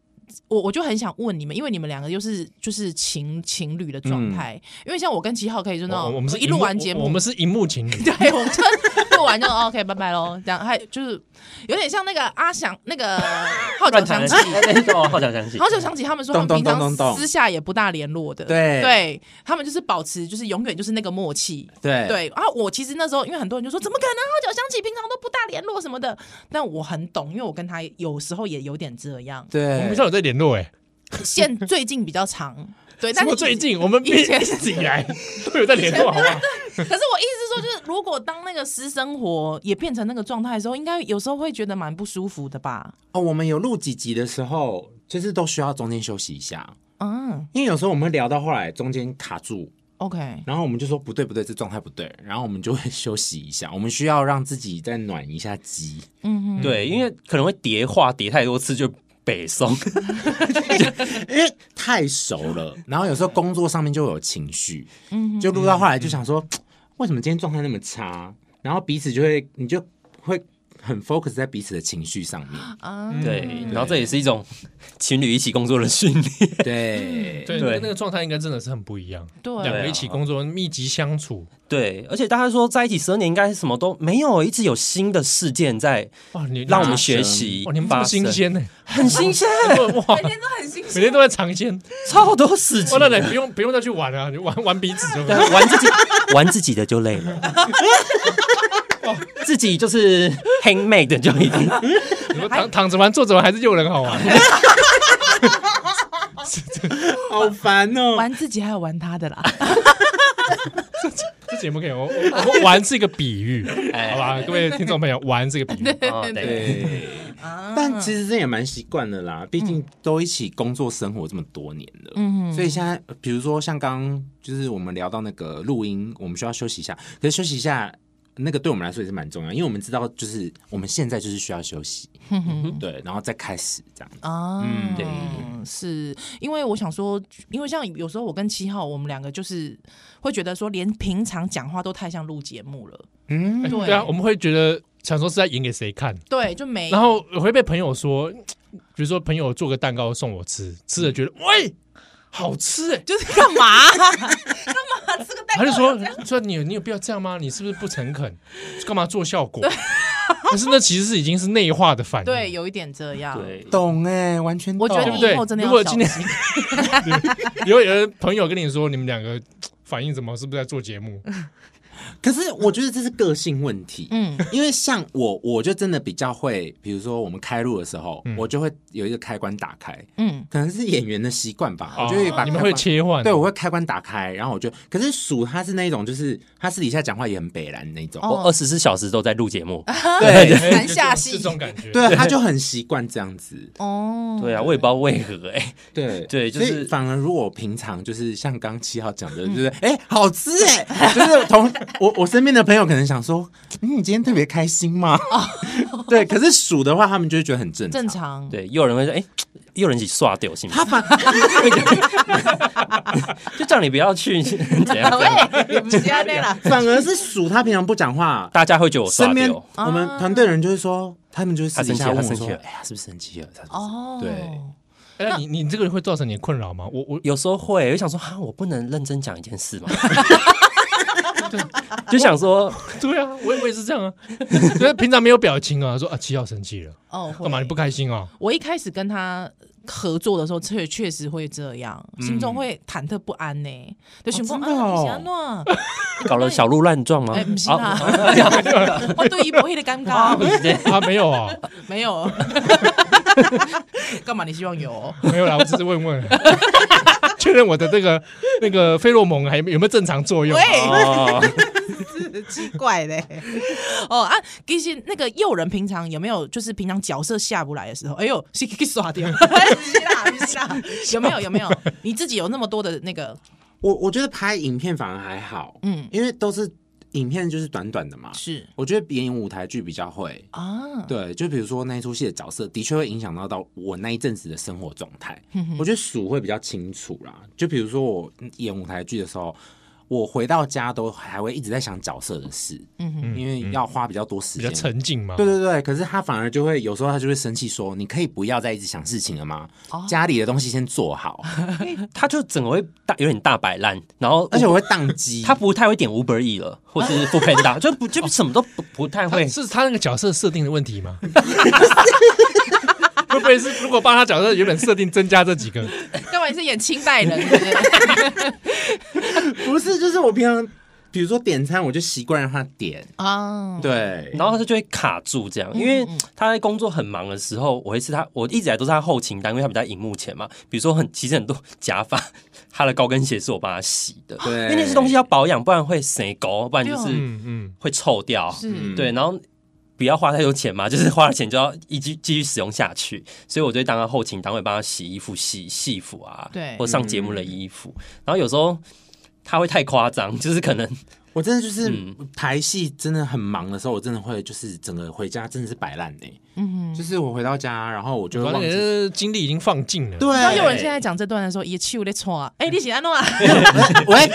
Speaker 3: 我我就很想问你们，因为你们两个又是就是情情侣的状
Speaker 5: 嗯
Speaker 3: 态，因为像我跟七号可以就那
Speaker 2: 我
Speaker 3: 种，
Speaker 2: 我们是
Speaker 3: 哦一录
Speaker 2: 荧幕
Speaker 3: 完节目，
Speaker 2: 我我们是荧幕情侣，
Speaker 3: 对，我们就录完就 OK，拜拜喽。这样还就是有点像那个阿翔那 个号角
Speaker 4: 乱
Speaker 3: 响
Speaker 4: 弹
Speaker 3: 起
Speaker 4: 的，
Speaker 5: 哎
Speaker 4: 那种好想想起，
Speaker 3: 好久想起他们说，他们
Speaker 5: 咚
Speaker 3: 平
Speaker 5: 咚咚
Speaker 3: 常
Speaker 5: 咚咚
Speaker 3: 私下也不大联络的，
Speaker 5: 对
Speaker 3: 对他们就是保持就是永远就是那个默契，
Speaker 2: 哎
Speaker 5: 对
Speaker 3: 对。啊，我其实那时候因为很多人就说，怎么可能好久想起，平常都不大联络什么的，但我很懂，因为我跟他有时候也有点这 样，
Speaker 2: 我们
Speaker 5: 对
Speaker 2: 平，常有在联络哎，
Speaker 3: 现最近比较长，对，
Speaker 2: 什
Speaker 3: 但
Speaker 2: 么
Speaker 3: 是
Speaker 2: 最。近我们
Speaker 3: 以前
Speaker 2: 一直以来都有在联 络，好不好？
Speaker 3: 可是我意思是说，就是如果当那个私生活也变成那个状态的时候，应该有时候会觉得蛮不舒服的吧？
Speaker 5: 哦，我们有录几集的时候，就是都需要中间休息一下，
Speaker 3: 嗯
Speaker 5: 因为有时候我们会聊到后来中间卡住，
Speaker 3: ，OK，
Speaker 5: 然后我们就说不对不对，这状态不对，然后我们就会休息一下，我们需要让自己再暖一下机。
Speaker 3: 嗯哼，
Speaker 4: 对，因为可能会叠话叠太多次就北宋，
Speaker 5: 因为太熟了，然后有时候工作上面就有情绪，就录到后来就想说，为什么今天状态那么差？然后彼此就会，你就会很 focus 在彼此的情绪上面，
Speaker 3: 啊，
Speaker 2: 嗯
Speaker 4: 对，然后这也是一种 情侣一起工作的训练，
Speaker 5: 对，
Speaker 2: 对，那个那个状态应该真的是很不一样。
Speaker 3: 对啊
Speaker 2: 两个一起工作，密集相处，
Speaker 4: 对，而且大家说在一起十二年应该什么都没有，一直有新的事件在
Speaker 2: 哇，你
Speaker 4: 让我哦们学习
Speaker 2: 哦哇，你们这
Speaker 4: 发
Speaker 2: 么
Speaker 4: 生，
Speaker 2: 新鲜呢，
Speaker 4: 很新鲜，
Speaker 2: 哇，
Speaker 3: 每天都很新
Speaker 2: 每天都在尝鲜，
Speaker 4: 超多事
Speaker 2: 哇，
Speaker 4: 情
Speaker 2: 那，你不用不用再去玩了，你玩玩彼此就可以
Speaker 4: 对，啊玩自己玩自己的就累了。 自己就是 handmade 的就 已经
Speaker 2: 你说躺躺着玩、坐着玩还是有人好玩，
Speaker 5: 好烦哦、
Speaker 3: 玩自己还有玩他的啦。
Speaker 2: 这节目可以，我我我玩是一个比喻，好吧，各位听众朋友，玩是一个比喻，
Speaker 4: 哦对
Speaker 5: 对，但其实这也蛮习惯的啦，毕竟都一起工作生活这么多年了，嗯，所以现在呃比如说像刚刚就是我们聊到那个录音，我们需要休息一下，可是休息一下。那个对我们来说也是蛮重要，因为我们知道，就是我们现在就是需要休息，对，然后再开始这样。
Speaker 3: 啊，
Speaker 5: 嗯
Speaker 4: 对
Speaker 3: 是因为我想说，因为像有时候我跟七号，我们两个就是会觉得说，连平常讲话都太像录节目了，
Speaker 5: 嗯，
Speaker 3: 对
Speaker 2: 对啊，我们会觉得想说是在演给谁看，
Speaker 3: 对，就没
Speaker 2: 然后我会被朋友说，比如说朋友做个蛋糕送我吃，吃了觉得喂好吃哎，
Speaker 3: 就是干嘛干嘛吃个蛋糕，
Speaker 2: 他就说说你有你有必要这样吗？你是不是不诚恳？干嘛做效果？可是那其实是已经是内化的反应，
Speaker 3: 对，有一点这样，，
Speaker 4: 对，
Speaker 5: 懂哎、完全
Speaker 3: 我觉得
Speaker 5: 懂
Speaker 3: 你
Speaker 2: 哦对
Speaker 3: 以
Speaker 2: 不
Speaker 3: 后
Speaker 2: 对
Speaker 3: 真的
Speaker 2: 如果
Speaker 3: 要小
Speaker 2: 今天
Speaker 3: 心，
Speaker 2: 有有的朋友跟你说，你们两个嘖反应怎么？是不是在做节目？
Speaker 5: 嗯可是我觉得这是个性问题，
Speaker 3: 嗯，
Speaker 5: 因为像我，我就真的比较会，比如说我们开录的时候，
Speaker 2: 嗯
Speaker 5: 我就会有一个开关打开，
Speaker 3: 嗯，
Speaker 5: 可能是演员的习惯吧，我就会把
Speaker 2: 哦你们会
Speaker 5: 开关
Speaker 2: 切换，
Speaker 5: 对，我会开关打开，然后我就，可是鼠他是那一种，就是他私底下讲话也很北蓝那种，
Speaker 3: 哦
Speaker 4: 我二十四小时都在录节目。
Speaker 5: 对
Speaker 2: 哎
Speaker 3: 难下
Speaker 2: 就
Speaker 3: 戏
Speaker 2: 是这种感觉。
Speaker 5: 对，他就很习惯这样子，
Speaker 3: 哦，
Speaker 4: 对啊，我也不知道为何哎，
Speaker 5: 对
Speaker 4: 对就
Speaker 5: 所以
Speaker 4: 是嗯
Speaker 5: 反而如果我平常就是像刚七号讲的，就是哎、好吃哎、 就是同我我身边的朋友可能想说，嗯，你今天特别开心吗？
Speaker 4: 哦
Speaker 5: 对，可是鼠的话，他们就会觉得很正常
Speaker 3: 正。常，
Speaker 4: 对，又有人会说哎，又有人一起刷掉行吗？
Speaker 5: 他反，
Speaker 4: 就叫你不要去 怎样？
Speaker 3: 喂，你们家对了
Speaker 5: 反而是鼠，他平常不讲话，
Speaker 4: 大家会觉得我
Speaker 5: 身
Speaker 4: 刷
Speaker 5: 边
Speaker 4: 掉，
Speaker 5: 我们团队人就会说，他们就是私底下问我
Speaker 4: 他生
Speaker 5: 说
Speaker 4: 气了，
Speaker 5: 哎呀，是不是生气了？他是不是
Speaker 3: 哦，
Speaker 5: 对。
Speaker 2: 哎，那你你这个会造成你的困扰吗？我 我
Speaker 4: 有时候会，我想说哈，我不能认真讲一件 事吗？就想说，
Speaker 2: 对啊，我我也是这 样啊，就是平常没有表情啊，说啊七号生气了，
Speaker 3: 哦，会
Speaker 2: 干嘛你不开心啊？
Speaker 3: 我一开始跟他合作的时候，确确实会这样，心中会忐忑不安呢、就想说、
Speaker 5: 哦真的哦
Speaker 3: 啊，诺，
Speaker 4: 搞了小鹿乱撞吗？
Speaker 3: 哎、不是
Speaker 4: 啊
Speaker 3: 啦， 我对于不会的尴尬
Speaker 4: 不是
Speaker 2: 啊没有啊，
Speaker 3: 没有， 干嘛？你希望有？
Speaker 2: 没有啦，我只是问 问，确认我的这个那个费洛蒙还有没有没有正常作用啊
Speaker 3: 喂？
Speaker 4: 哦，
Speaker 3: 奇怪嘞、 哦啊，其实那个诱人平常有没有就是平常角色下不来的时候，哎呦，是给耍掉，不 是啦，不是啦， 有没有有没有？你自己有那么多的那个，
Speaker 5: 我我觉得拍影片反而还好，
Speaker 3: 嗯
Speaker 5: 嗯，因为都是影片就是短短的嘛。
Speaker 3: 是
Speaker 5: 我觉得演舞台剧比较会，
Speaker 3: 啊，
Speaker 5: 对，就比如说那一出戏的角色，的确会影响到到我那一阵子的生活状态。我觉得数会比较清楚啦，就比如说我演舞台剧的时候。我回到家都还会一直在想角色的事，
Speaker 3: 嗯哼，
Speaker 5: 因为要花比较多时
Speaker 2: 比较
Speaker 5: 间。
Speaker 2: 沉静嘛。
Speaker 5: 对对对，可是他反而就会有时候他就会生气说：“你可以不要再一直想事情了吗？
Speaker 3: 哦
Speaker 5: 家里的东西先做 好。
Speaker 4: 他就整个会大有点大摆烂，然后”
Speaker 5: 而且我会宕机。
Speaker 4: 他不太会点 Uber E 了，或是 f o o p a n d a 就不就什么都不不太
Speaker 2: 他
Speaker 4: 会。
Speaker 2: 是他那个角色设定的问题 吗？会不会是如果帮他角色原本设定增加这几个，
Speaker 3: 要不然是演清代人， 对不对
Speaker 5: 不是，就是我平常比如说点餐，我就习惯让他点。嗯
Speaker 3: 啊，
Speaker 5: 对，
Speaker 4: 然后他就会卡住这样，因
Speaker 3: 嗯
Speaker 4: 为他在工作很忙的时候，我会是他，我一直以来都是他后勤单位，因为他比较荧幕前嘛。比如说很，其实很多假发， 他的高跟鞋是我帮他洗的，
Speaker 5: 对
Speaker 4: 因为那些东西要保养，不然会谁狗，不然就是
Speaker 2: 嗯嗯，
Speaker 4: 会臭掉。
Speaker 3: 是
Speaker 5: 嗯
Speaker 4: 对，然后不要花太多钱嘛， 就是花了钱就要一继继续使用下去，所以我就会当他后勤单位帮他洗衣服、洗戏服啊，
Speaker 3: 对嗯
Speaker 4: 或上节目的衣服。然后有时候他会太夸张，就是可能
Speaker 5: 我真的就是
Speaker 4: 嗯
Speaker 5: 排戏真的很忙的时候，我真的会就是整个回家真的是摆烂呢。嗯，就是我回到家，然后我就会
Speaker 2: 反
Speaker 5: 忘
Speaker 2: 正
Speaker 5: 记。
Speaker 2: 呃精力已经放尽了。
Speaker 3: 你知道
Speaker 5: 对，
Speaker 3: 有人现在讲这段的时候，也气我在戳啊！哎，你喜欢弄啊？
Speaker 5: 我在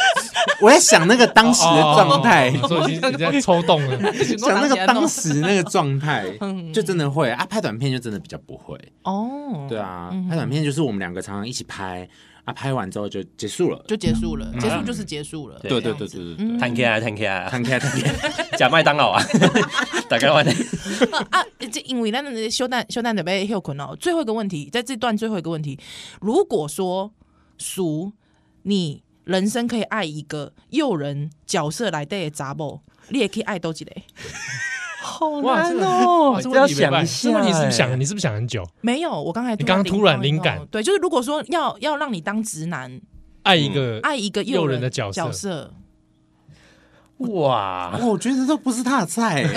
Speaker 5: 我在想那个当时的状态，
Speaker 2: 哦哦哦哦哦你说已经你在抽动了，
Speaker 5: 想那个当时那个状态
Speaker 3: 嗯，
Speaker 5: 就真的会啊。拍短片就真的比较不会，
Speaker 3: 哦，
Speaker 5: 对
Speaker 3: 啊，
Speaker 5: 啊，拍短片就是我们两个常常一起拍啊，拍完之后就结束了。
Speaker 3: 就结束了，结束就是结束了，
Speaker 5: 嗯对对
Speaker 3: 这
Speaker 5: 啊对
Speaker 3: 样子
Speaker 5: 对对对，
Speaker 4: 弹 K 啊弹 K 啊，
Speaker 5: 摊开摊 开，
Speaker 4: 假麦当劳啊， 打开完了。
Speaker 3: 啊，这因为那那修蛋修蛋得被休困哦。最后一个问题，在这段最后一个问题，如果说叔你人生可以爱一个诱人角色来的杂某，你也可以爱多几类。
Speaker 4: 好
Speaker 2: 哇
Speaker 4: 难
Speaker 2: 这个
Speaker 4: 哦，这个要想一
Speaker 2: 这
Speaker 4: 下。
Speaker 2: 问题是不是
Speaker 4: 哎
Speaker 2: 想？你是不是想很久？
Speaker 3: 没有，我刚才
Speaker 2: 你刚刚突然灵
Speaker 3: 到一
Speaker 2: 感
Speaker 3: 哦个，对，就是如果说要要让你当直男，
Speaker 2: 爱一个
Speaker 3: 爱一个
Speaker 2: 诱人
Speaker 3: 人
Speaker 2: 的角色
Speaker 3: 角色，
Speaker 4: 哇，
Speaker 5: 哦我觉得这不是他的菜。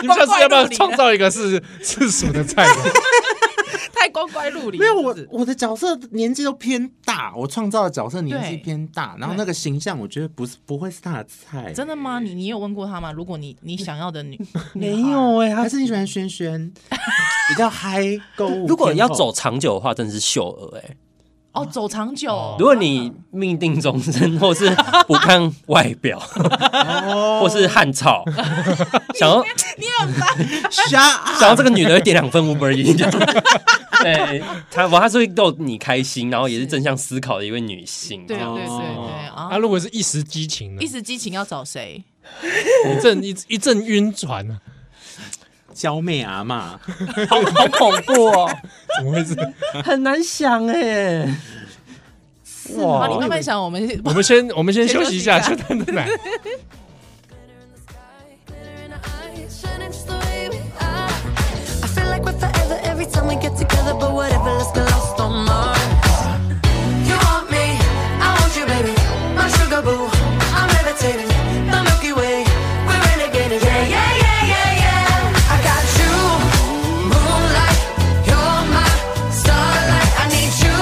Speaker 2: 你们下次要不要创
Speaker 3: 太
Speaker 2: 造一个是是属的菜的？
Speaker 3: 太光怪陆离了？
Speaker 5: 没有我
Speaker 3: 是不是
Speaker 5: 我的角色年纪都偏大，我创造的角色年纪
Speaker 3: 对
Speaker 5: 偏大，然后那个形象我觉得不是不会是他的菜，
Speaker 3: 真的吗？你你有问过他吗？如果你你想要的女
Speaker 5: 没有哎、还是你喜欢 轩轩比较嗨购物。
Speaker 4: 如果要走，长久的话，真的是秀儿哎。
Speaker 3: 哦，走长久，
Speaker 4: 如果你命定终身，或是不看外表， 或是 汉草，想要
Speaker 3: 你很
Speaker 2: 哦
Speaker 3: 烦。
Speaker 5: 瞎
Speaker 4: 想要这个女的会点两份 Uber E，这样 对她，我她是会逗你开心，然后也是正向思考的一位女性。哎
Speaker 3: 对
Speaker 4: 这样
Speaker 3: 对对对啊
Speaker 2: 啊，！如果是一时激情呢
Speaker 3: 一？时激情要找谁？
Speaker 2: 一阵一一阵晕船呢？
Speaker 5: 娇妹阿嘛，
Speaker 4: 好好恐怖哦，
Speaker 2: 怎么会是？
Speaker 4: 很难想哎。
Speaker 3: 好，
Speaker 4: 哇
Speaker 3: 你慢慢想，我们
Speaker 2: 我们先我们先
Speaker 3: 先
Speaker 2: 休
Speaker 3: 休
Speaker 2: 息一
Speaker 3: 息一
Speaker 2: 下，
Speaker 3: 下
Speaker 2: 就等等来。
Speaker 1: Glitter in the sky, glitter in the eyes, shining just the way we are. I feel like we're forever every time we get together, but whatever, let's get lost on Mars. You want me, I want you, baby, my sugar boo. I'm levitating, the Milky Way, we're renegading, yeah, yeah, yeah, yeah, yeah. I got you, moonlight, you're my starlight. I need you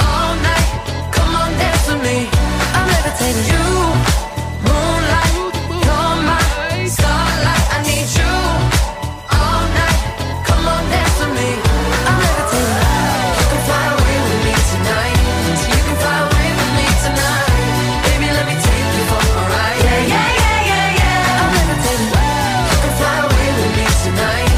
Speaker 1: all night. Come on, dance with me, I'm levitating. You. Moonlight, you're my starlight. I need you all night. Come on, dance with me. I'm levitating. You can fly away with me tonight. You can fly away with me tonight. Baby, let me take you for a ride. Yeah, yeah, yeah, yeah, yeah. I'm levitating. You can fly away with me tonight.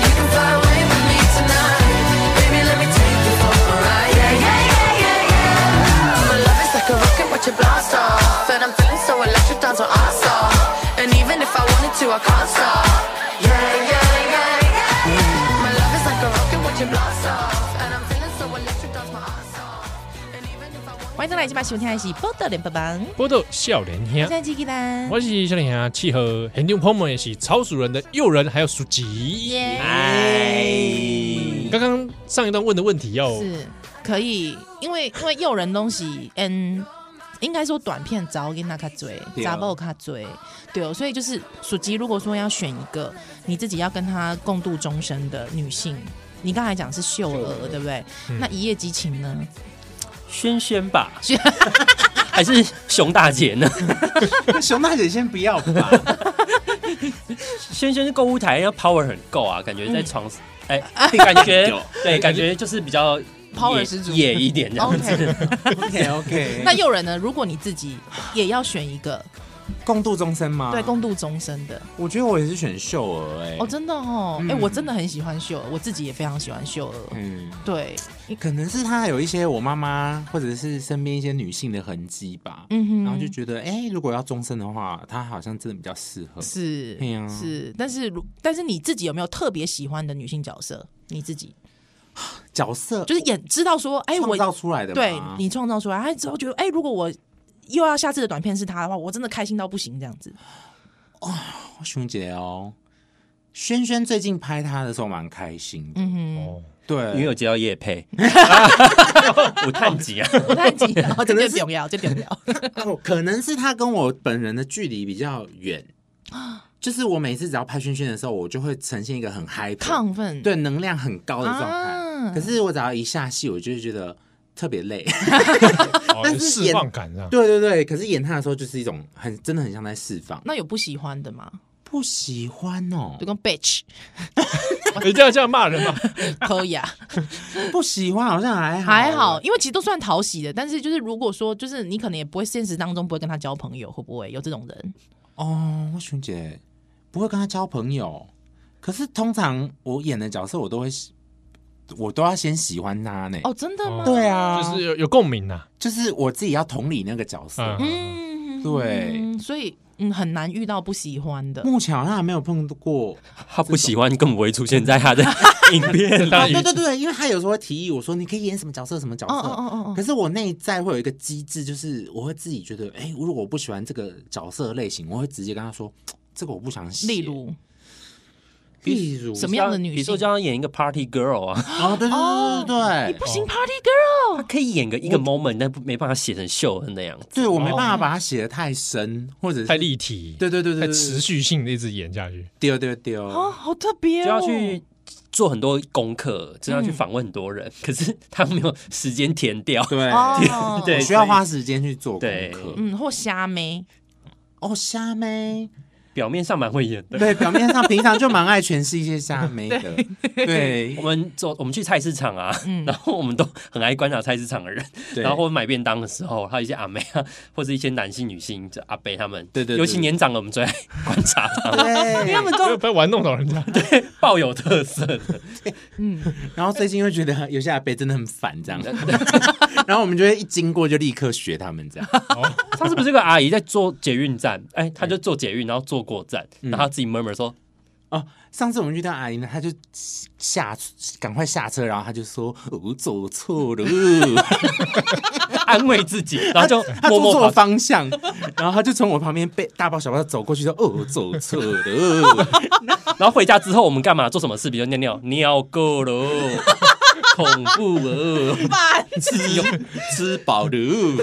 Speaker 1: You can fly away with me tonight. Baby, let me take you for a ride. Yeah, yeah, yeah, yeah, yeah. My love is like a rocket, watch it blast off. And I'm feeling so electric, dance on our star. And even if I wanted to, I can't stop. Yeah, yeah, yeah, yeah, yeah. My love is like a rocket, watch it blast off. And I'm feeling so electric, dance my ass off. And even if I wanted to.
Speaker 3: 欢迎再来今晚收听的是《波特连帮帮》，
Speaker 2: 波豆笑脸
Speaker 3: 我
Speaker 2: 兄，
Speaker 3: 在吉吉兰，
Speaker 2: 我是笑脸兄，契合很多朋友也是超熟人的诱人，还有熟吉。
Speaker 3: 耶，
Speaker 2: 刚刚上一段问的问题要
Speaker 3: 是可以，因为因为诱人东西，嗯。应该说短片早给那卡追，
Speaker 5: 对啊
Speaker 3: 杂报卡追，对哦，所以就是属鸡。如果说要选一个你自己要跟她共度终身的女性，你刚才讲是秀娥，对不对？那一夜激情呢？
Speaker 4: 轩轩吧，还是熊大姐呢？
Speaker 5: 熊大姐先不要 吧，
Speaker 4: 轩轩是购物
Speaker 3: 嗯
Speaker 4: 台，要 power 很够啊，感觉在床，哎，感觉对，感觉就是比较
Speaker 3: power
Speaker 4: 野
Speaker 3: 十足。
Speaker 4: 野一点这样子。
Speaker 3: OK，
Speaker 5: OK OK，
Speaker 3: 那诱人呢？如果你自己也要选一个，
Speaker 5: 共度终身吗？
Speaker 3: 对，共度终身的，
Speaker 5: 我觉得我也是选秀儿哎、
Speaker 3: 哦，真的哦，哎，我真的很喜欢秀儿，我自己也非常喜欢秀儿。
Speaker 5: 嗯，
Speaker 3: 对，
Speaker 5: 可能是他有一些我妈妈或者是身边一些女性的痕迹吧，
Speaker 3: 嗯哼
Speaker 5: 然后就觉得哎、如果要终身的话，他好像真的比较适合。
Speaker 3: 是
Speaker 5: 对啊
Speaker 3: 是，但是如但是你自己有没有特别喜欢的女性角色？你自己
Speaker 5: 角色
Speaker 3: 就是也知道说，哎，我
Speaker 5: 创造出来的嘛，
Speaker 3: 对你创造出来，哎，之后觉得，哎，如果我又要下次的短片是他的话，我真的开心到不行，这样子。
Speaker 5: 我熊姐哦，轩轩最近拍他的时候蛮开心
Speaker 3: 嗯
Speaker 5: 的，
Speaker 2: 哦，
Speaker 5: 对，
Speaker 4: 因为有接到 叶配，我看集啊，
Speaker 3: 我太急了，哦这
Speaker 5: 哦可能
Speaker 3: 就是重要，这重 要。
Speaker 5: 哦，可能是他跟我本人的距离比较 远，就是我每次只要拍轩轩的时候，我就会呈现一个很嗨、
Speaker 3: 亢奋，
Speaker 5: 对能量很高的状态。
Speaker 3: 啊
Speaker 5: 可是我只要一下戏，我就会觉得特别累。
Speaker 2: 哦
Speaker 5: 但
Speaker 2: 有
Speaker 5: 是
Speaker 2: 释
Speaker 5: 演
Speaker 2: 放感这样。
Speaker 5: 对对对，可是演他的时候就是一种很真的很像在释放，
Speaker 3: 那有不喜欢的吗？
Speaker 5: 不喜欢哦
Speaker 3: 就，跟 bitch
Speaker 2: 你哎这样这样骂人吗？
Speaker 3: 可 以啊，
Speaker 5: 不喜欢好像还好
Speaker 3: 还好，因为其实都算讨喜的。但是就是如果说，就是你可能也不会现实当中不会跟他交朋友，会不会有这种人？
Speaker 5: 哦。我熊姐不会跟他交朋友，可是通常我演的角色我都会喜，我都要先喜欢他呢。
Speaker 3: 哦，真的吗？
Speaker 5: 欸对啊，
Speaker 2: 就是有有共鸣呐。
Speaker 5: 就是我自己要同理那个角色。
Speaker 2: 嗯
Speaker 3: 嗯，
Speaker 5: 对，
Speaker 3: 所以嗯很难遇到不喜欢的。
Speaker 5: 目前好像还没有碰过。
Speaker 4: 他不喜欢更不会出现在他的影片
Speaker 2: 当
Speaker 4: 里。
Speaker 5: 哦，
Speaker 2: 然
Speaker 5: 对对对，因为他有时候会提议我说，你可以演什么角色，什么角色。
Speaker 3: 哦哦哦哦哦
Speaker 5: 可是我内在会有一个机制，就是我会自己觉得，哎、如果我不喜欢这个角色的类型，我会直接跟他说，这个我不想写。
Speaker 3: 例，如
Speaker 5: 例如
Speaker 3: 什么样的女性
Speaker 4: 比如说叫他演一个 party girl 啊，
Speaker 5: 哦，对对对对对
Speaker 3: 不
Speaker 5: 对，
Speaker 3: 行，Party Girl，
Speaker 4: 他可以演个一个 moment，但不没办法写成秀恩那样子。
Speaker 5: 对我没办法把它写的太深，或者是
Speaker 2: 太立体，
Speaker 5: 对对对对
Speaker 2: 太
Speaker 5: 对，
Speaker 2: 持续性的一直演下去。
Speaker 5: 丢丢丢，
Speaker 3: 啊，好特别哦，
Speaker 4: 就要去做很多功课，就要去访问很多人，可是他没有时间填掉。，
Speaker 5: 对，
Speaker 3: 哦
Speaker 4: 对
Speaker 5: 我需要花时间去做功
Speaker 4: 对
Speaker 5: 课。
Speaker 3: 嗯，或虾妹，
Speaker 5: 哦，虾妹，
Speaker 4: 表面上蛮会演的。
Speaker 5: 对，表面上平常就蛮爱诠释一些虾妹 的，对
Speaker 4: 我们走，我们去菜市场啊， 然后我们都很爱观察菜市场的人，
Speaker 5: 对
Speaker 4: 然后或者买便当的时候，还有一些阿妹啊，或者一些男性、女性，就阿伯他们，
Speaker 5: 对对对
Speaker 4: 尤其年长了，我们最爱观察他们，
Speaker 5: 对，
Speaker 3: 他们
Speaker 2: 不要
Speaker 3: 都
Speaker 2: 不要玩弄到人 家。
Speaker 4: 抱有特色的，
Speaker 5: 然后最近又觉得有些阿伯真的很烦 这样，然后我们就会一经过就立刻学他们这样。
Speaker 4: 上次不是有个阿姨在坐捷运站，哎，她就坐捷运，然后坐过站，
Speaker 5: 嗯
Speaker 4: 然后她自己 murmur 说，
Speaker 5: 哦，上次我们遇到阿姨呢，她就下赶快下车，然后她就说我走错 了，
Speaker 4: 安慰自己，然后就
Speaker 5: 她
Speaker 4: 默
Speaker 5: 走
Speaker 4: 默
Speaker 5: 错
Speaker 4: 跑
Speaker 5: 了方向，然后她就从我旁边被大包小包走过去说哦我走错了，
Speaker 4: 然后回家之后，我们干嘛做什么事？比如尿尿，尿够了， 恐怖哦，
Speaker 3: 烦
Speaker 5: 吃吃饱了，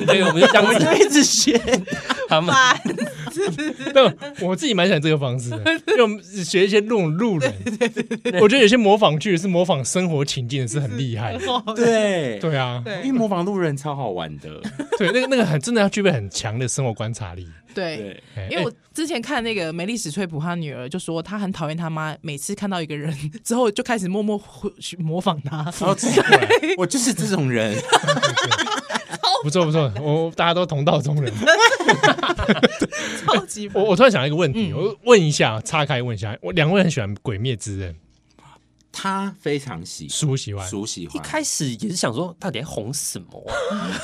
Speaker 4: 对，我们就这样
Speaker 5: 我
Speaker 4: 子
Speaker 5: 就一直学。
Speaker 4: 他们。
Speaker 3: 烦，
Speaker 2: 但我自己蛮喜欢这个方式的，因为我们学一些那种路人，我觉得有些模仿剧是模仿生活情境的是很厉害的。
Speaker 5: 哦对，
Speaker 2: 对啊，
Speaker 5: 因为模仿路人超好玩 的。
Speaker 2: 对，那个那个很真的要具备很强的生活观察力。
Speaker 5: 哦
Speaker 3: 对。
Speaker 5: 对，
Speaker 2: 哎
Speaker 3: 因为我之前看那个梅丽史翠普，她女儿就说她很讨厌她妈，每次看到一个人之后就开始默默模仿他。
Speaker 5: 然后哦我就是这种人。
Speaker 2: 不错不错，我大家都同道 中人。
Speaker 3: 超级
Speaker 2: 我我突然想到一个问
Speaker 5: 嗯
Speaker 2: 题，我问一下，岔开问一下，我两位很喜欢《鬼灭之刃》，
Speaker 5: 他非常喜
Speaker 2: 书喜欢，
Speaker 5: 熟喜
Speaker 4: 一
Speaker 5: 欢，
Speaker 4: 开始也是想说，到底在红什么、 啊？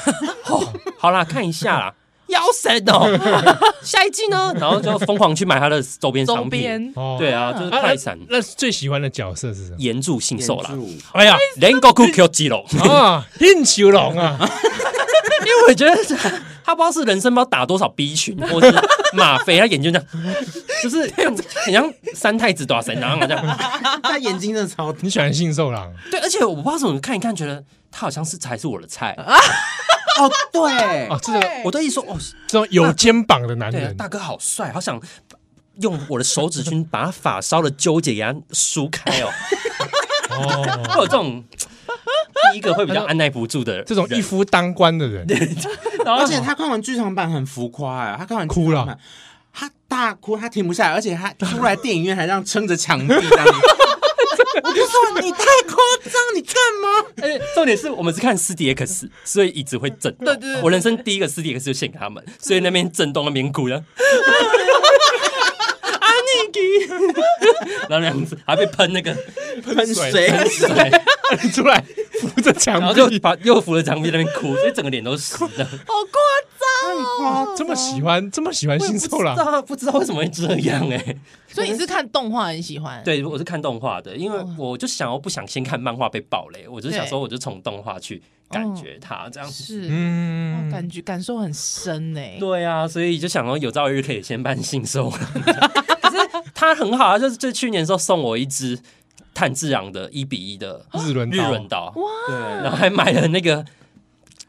Speaker 4: 哦，好啦，看一下 啦，妖神哦，下一季呢？然后就疯狂去买他的周边
Speaker 3: 周
Speaker 4: 商品。
Speaker 3: 边
Speaker 2: 哦
Speaker 4: 对，啊，就是
Speaker 2: 啊
Speaker 4: 快闪
Speaker 2: 那那最喜欢的角色是什么？
Speaker 4: 岩柱信
Speaker 5: 严
Speaker 4: 受啦，
Speaker 5: 肃
Speaker 2: 哎呀，
Speaker 4: 连个 Q Q 肌 肉，
Speaker 2: 啊，印球龙啊，
Speaker 4: 因为我觉得他不知道是人参包打多少 B 群或是吗啡，他眼睛这样， 就是很像三太子打神然后这样。
Speaker 5: 他眼睛真的超
Speaker 2: 你喜欢信受狼？
Speaker 4: 对，而且我不知道怎么看一看，觉得他好像是才是我的菜。
Speaker 5: 哦，对
Speaker 2: 哦，，这个
Speaker 4: 我都一说哦，
Speaker 2: 这种有肩膀的男
Speaker 4: 对啊，
Speaker 2: 人，
Speaker 4: 大哥好帅，好想用我的手指去把发梢的纠结给它梳开哦，
Speaker 2: 哦，
Speaker 4: 会有这种第一个会比较按耐不住的人
Speaker 2: 这种一， 夫当关的人，
Speaker 4: 然后
Speaker 5: 而且他看完剧场版很浮夸哎，他看完
Speaker 2: 哭了
Speaker 5: 剧场版， 他大哭，他停不下来，而且他出来电影院还让撑着墙壁这样子，我就说你太夸张，你干嘛？
Speaker 4: 而且哎重点是我们是看斯迪 X，所以椅子会震动。
Speaker 3: 对对对
Speaker 4: 我人生第一个斯迪 X 就献给他们，所以那边震动那边哭了。阿尼基，然后那样子还被喷那个
Speaker 5: 喷水，
Speaker 4: 水，
Speaker 2: 喷 出来，扶着
Speaker 4: 然后
Speaker 2: 墙
Speaker 4: 就
Speaker 2: 壁，
Speaker 4: 把又扶着墙壁那边哭，所以整个脸都湿了。
Speaker 3: 好夸张哦！
Speaker 2: 这么喜欢，这么喜欢新
Speaker 4: 不
Speaker 2: 兽
Speaker 4: 知
Speaker 2: 郎，
Speaker 4: 道不知道为什么会这样哎、欸。
Speaker 3: 所以你是看动画很喜欢？，
Speaker 4: 对，我是看动画的，因为我就想要不想先看漫画被爆雷，我就想说我就从动画去感觉它这样。
Speaker 3: 是，哇
Speaker 2: 嗯，
Speaker 3: 感觉感受很深欸呢。
Speaker 4: 对啊，所以就想说有朝一日可以先办信 收。可是它很好啊，就是就去年的时候送我一只炭治郎的一比一的
Speaker 2: 日轮
Speaker 4: 日
Speaker 2: 刀
Speaker 4: 轮刀，
Speaker 5: 对，
Speaker 4: 然后还买了那个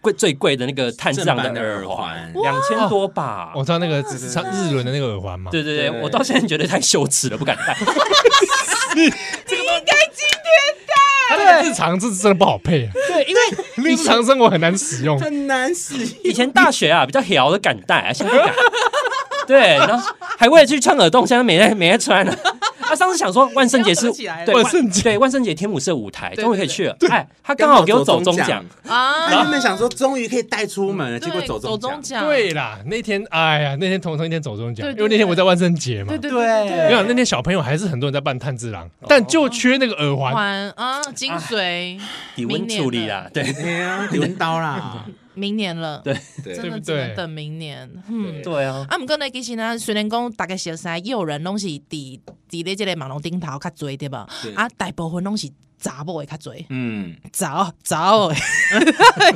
Speaker 4: 贵最贵的那个炭治
Speaker 5: 正
Speaker 4: 郎
Speaker 5: 版的
Speaker 4: 耳
Speaker 5: 耳
Speaker 4: 环
Speaker 5: 环，
Speaker 4: 两千多吧。
Speaker 2: 我知道那个
Speaker 5: 对
Speaker 2: 唱日轮的那个耳环嘛，
Speaker 4: 对对对，
Speaker 5: 对
Speaker 4: 我到现在觉得太羞耻了，不敢戴。
Speaker 2: 它那个日常是真的不好配啊，对，因 为日常生活很难使用，
Speaker 5: 很难洗。
Speaker 4: 以前大学啊比较屌的敢戴，啊，现 在不敢。对，然后还为了去穿耳洞，现在没在没在穿了、啊。上次想说万圣节是
Speaker 3: 不要走起来了
Speaker 4: 对
Speaker 2: 万圣节
Speaker 4: 对万圣节天母是舞台，
Speaker 3: 对
Speaker 4: 终于可以去了。哎，他刚好给我走中奖，，
Speaker 3: 啊
Speaker 5: 他原本想说终于可以带出门了，
Speaker 3: 对
Speaker 5: 结果走
Speaker 3: 走
Speaker 5: 中
Speaker 3: 中
Speaker 5: 奖。
Speaker 3: 奖，
Speaker 2: 对啦，那天哎呀，那天同同一天走中奖，
Speaker 3: 对对
Speaker 2: 因为那天我在万圣节嘛
Speaker 3: 对，对对
Speaker 2: 没
Speaker 3: 对
Speaker 2: 有那天小朋友还是很多人在扮炭治郎，但就缺那个耳
Speaker 3: 对，
Speaker 2: 环，
Speaker 3: 还啊，精髓，
Speaker 4: 体温处理啦。对
Speaker 5: 哎呀，轮刀 啦！
Speaker 3: 明年了，
Speaker 4: 对
Speaker 5: 对
Speaker 3: 真
Speaker 2: 对
Speaker 3: 的
Speaker 2: 不
Speaker 3: 只
Speaker 2: 对
Speaker 3: 能等明年。嗯，
Speaker 4: 对啊，
Speaker 3: 啊，毋过呢，其实呢，虽然讲大概熟悉，也有人拢是伫伫咧即个网络顶头较侪对吧
Speaker 5: 对？
Speaker 3: 啊，大部分拢是查某的较侪，
Speaker 5: 嗯，
Speaker 3: 查哦查某 的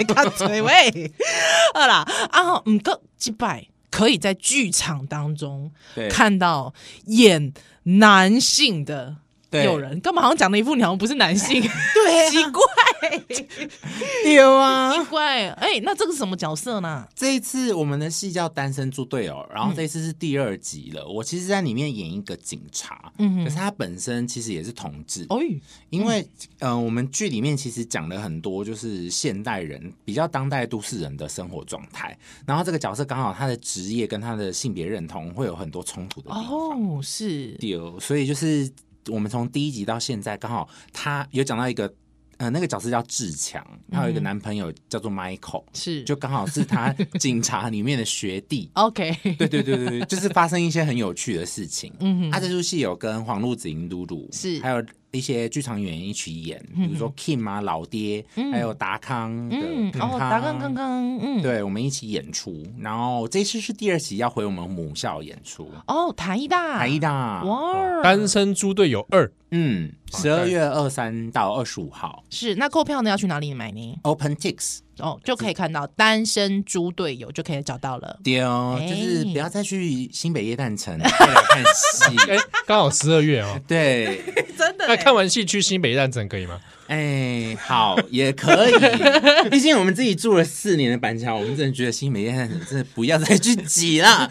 Speaker 3: 较侪喂。好啦，啊吼，毋过即摆可以在剧场当中
Speaker 5: 对，
Speaker 3: 看到演男性的。
Speaker 5: 对
Speaker 3: 有人干嘛？好像讲了一副你好像不是男 性，对、奇怪，
Speaker 5: 丢啊！
Speaker 3: 奇怪，哎、那这个是什么角色呢？
Speaker 5: 这一次我们的戏叫《单身猪队友》，然后这一次是第二集了。我其实在里面演一个警察，
Speaker 3: 嗯
Speaker 5: 可是他本身其实也是同志，
Speaker 3: 哦，
Speaker 5: 因为嗯、呃我们剧里面其实讲了很多就是现代人比较当代都市人的生活状态，然后这个角色刚好他的职业跟他的性别认同会有很多冲突的地方。
Speaker 3: 哦，是，
Speaker 5: 有，所以就是我们从第一集到现在，刚好他有讲到一个，呃，那个角色叫志强，他有一个男朋友叫做 Michael，、
Speaker 3: 是，
Speaker 5: 就刚好是他警察里面的学 弟。
Speaker 3: OK，
Speaker 5: 对对对对对， 就是发生一些很有趣的事情。
Speaker 3: 嗯哼
Speaker 5: 嗯，他这出戏有跟黄璐子莹、露露，
Speaker 3: 是
Speaker 5: 还有一些剧场演员一起演，比如说 Kim 啊、老爹，还有达康的
Speaker 3: 嗯，
Speaker 5: 康
Speaker 3: 哦，
Speaker 5: 康
Speaker 3: 达康康康，嗯，，
Speaker 5: 对，我们一起演出。然后这次是第二期要回我们母校演出，
Speaker 3: 哦，台艺大，
Speaker 5: 台艺，大。哦
Speaker 3: 哇儿，
Speaker 2: 单身猪队友二，
Speaker 5: 嗯，十二月二三到二十五号
Speaker 3: 是，那购票呢要去哪里买呢？
Speaker 5: ，OpenTix
Speaker 3: 哦，就可以看到单身猪队友就可以找到了，
Speaker 5: 丢，
Speaker 3: 哎
Speaker 5: 哦就是不要再去新北夜诞 城再来看
Speaker 2: 哎
Speaker 5: 戏。，，
Speaker 2: 刚好十二月哦
Speaker 5: 对，
Speaker 3: 真的
Speaker 2: 那看完戏去新北站整可以吗？
Speaker 5: 哎，好，也 可以。毕竟我们自己住了四年的板桥，我们真的觉得新北夜诞城真的不要再去挤 了，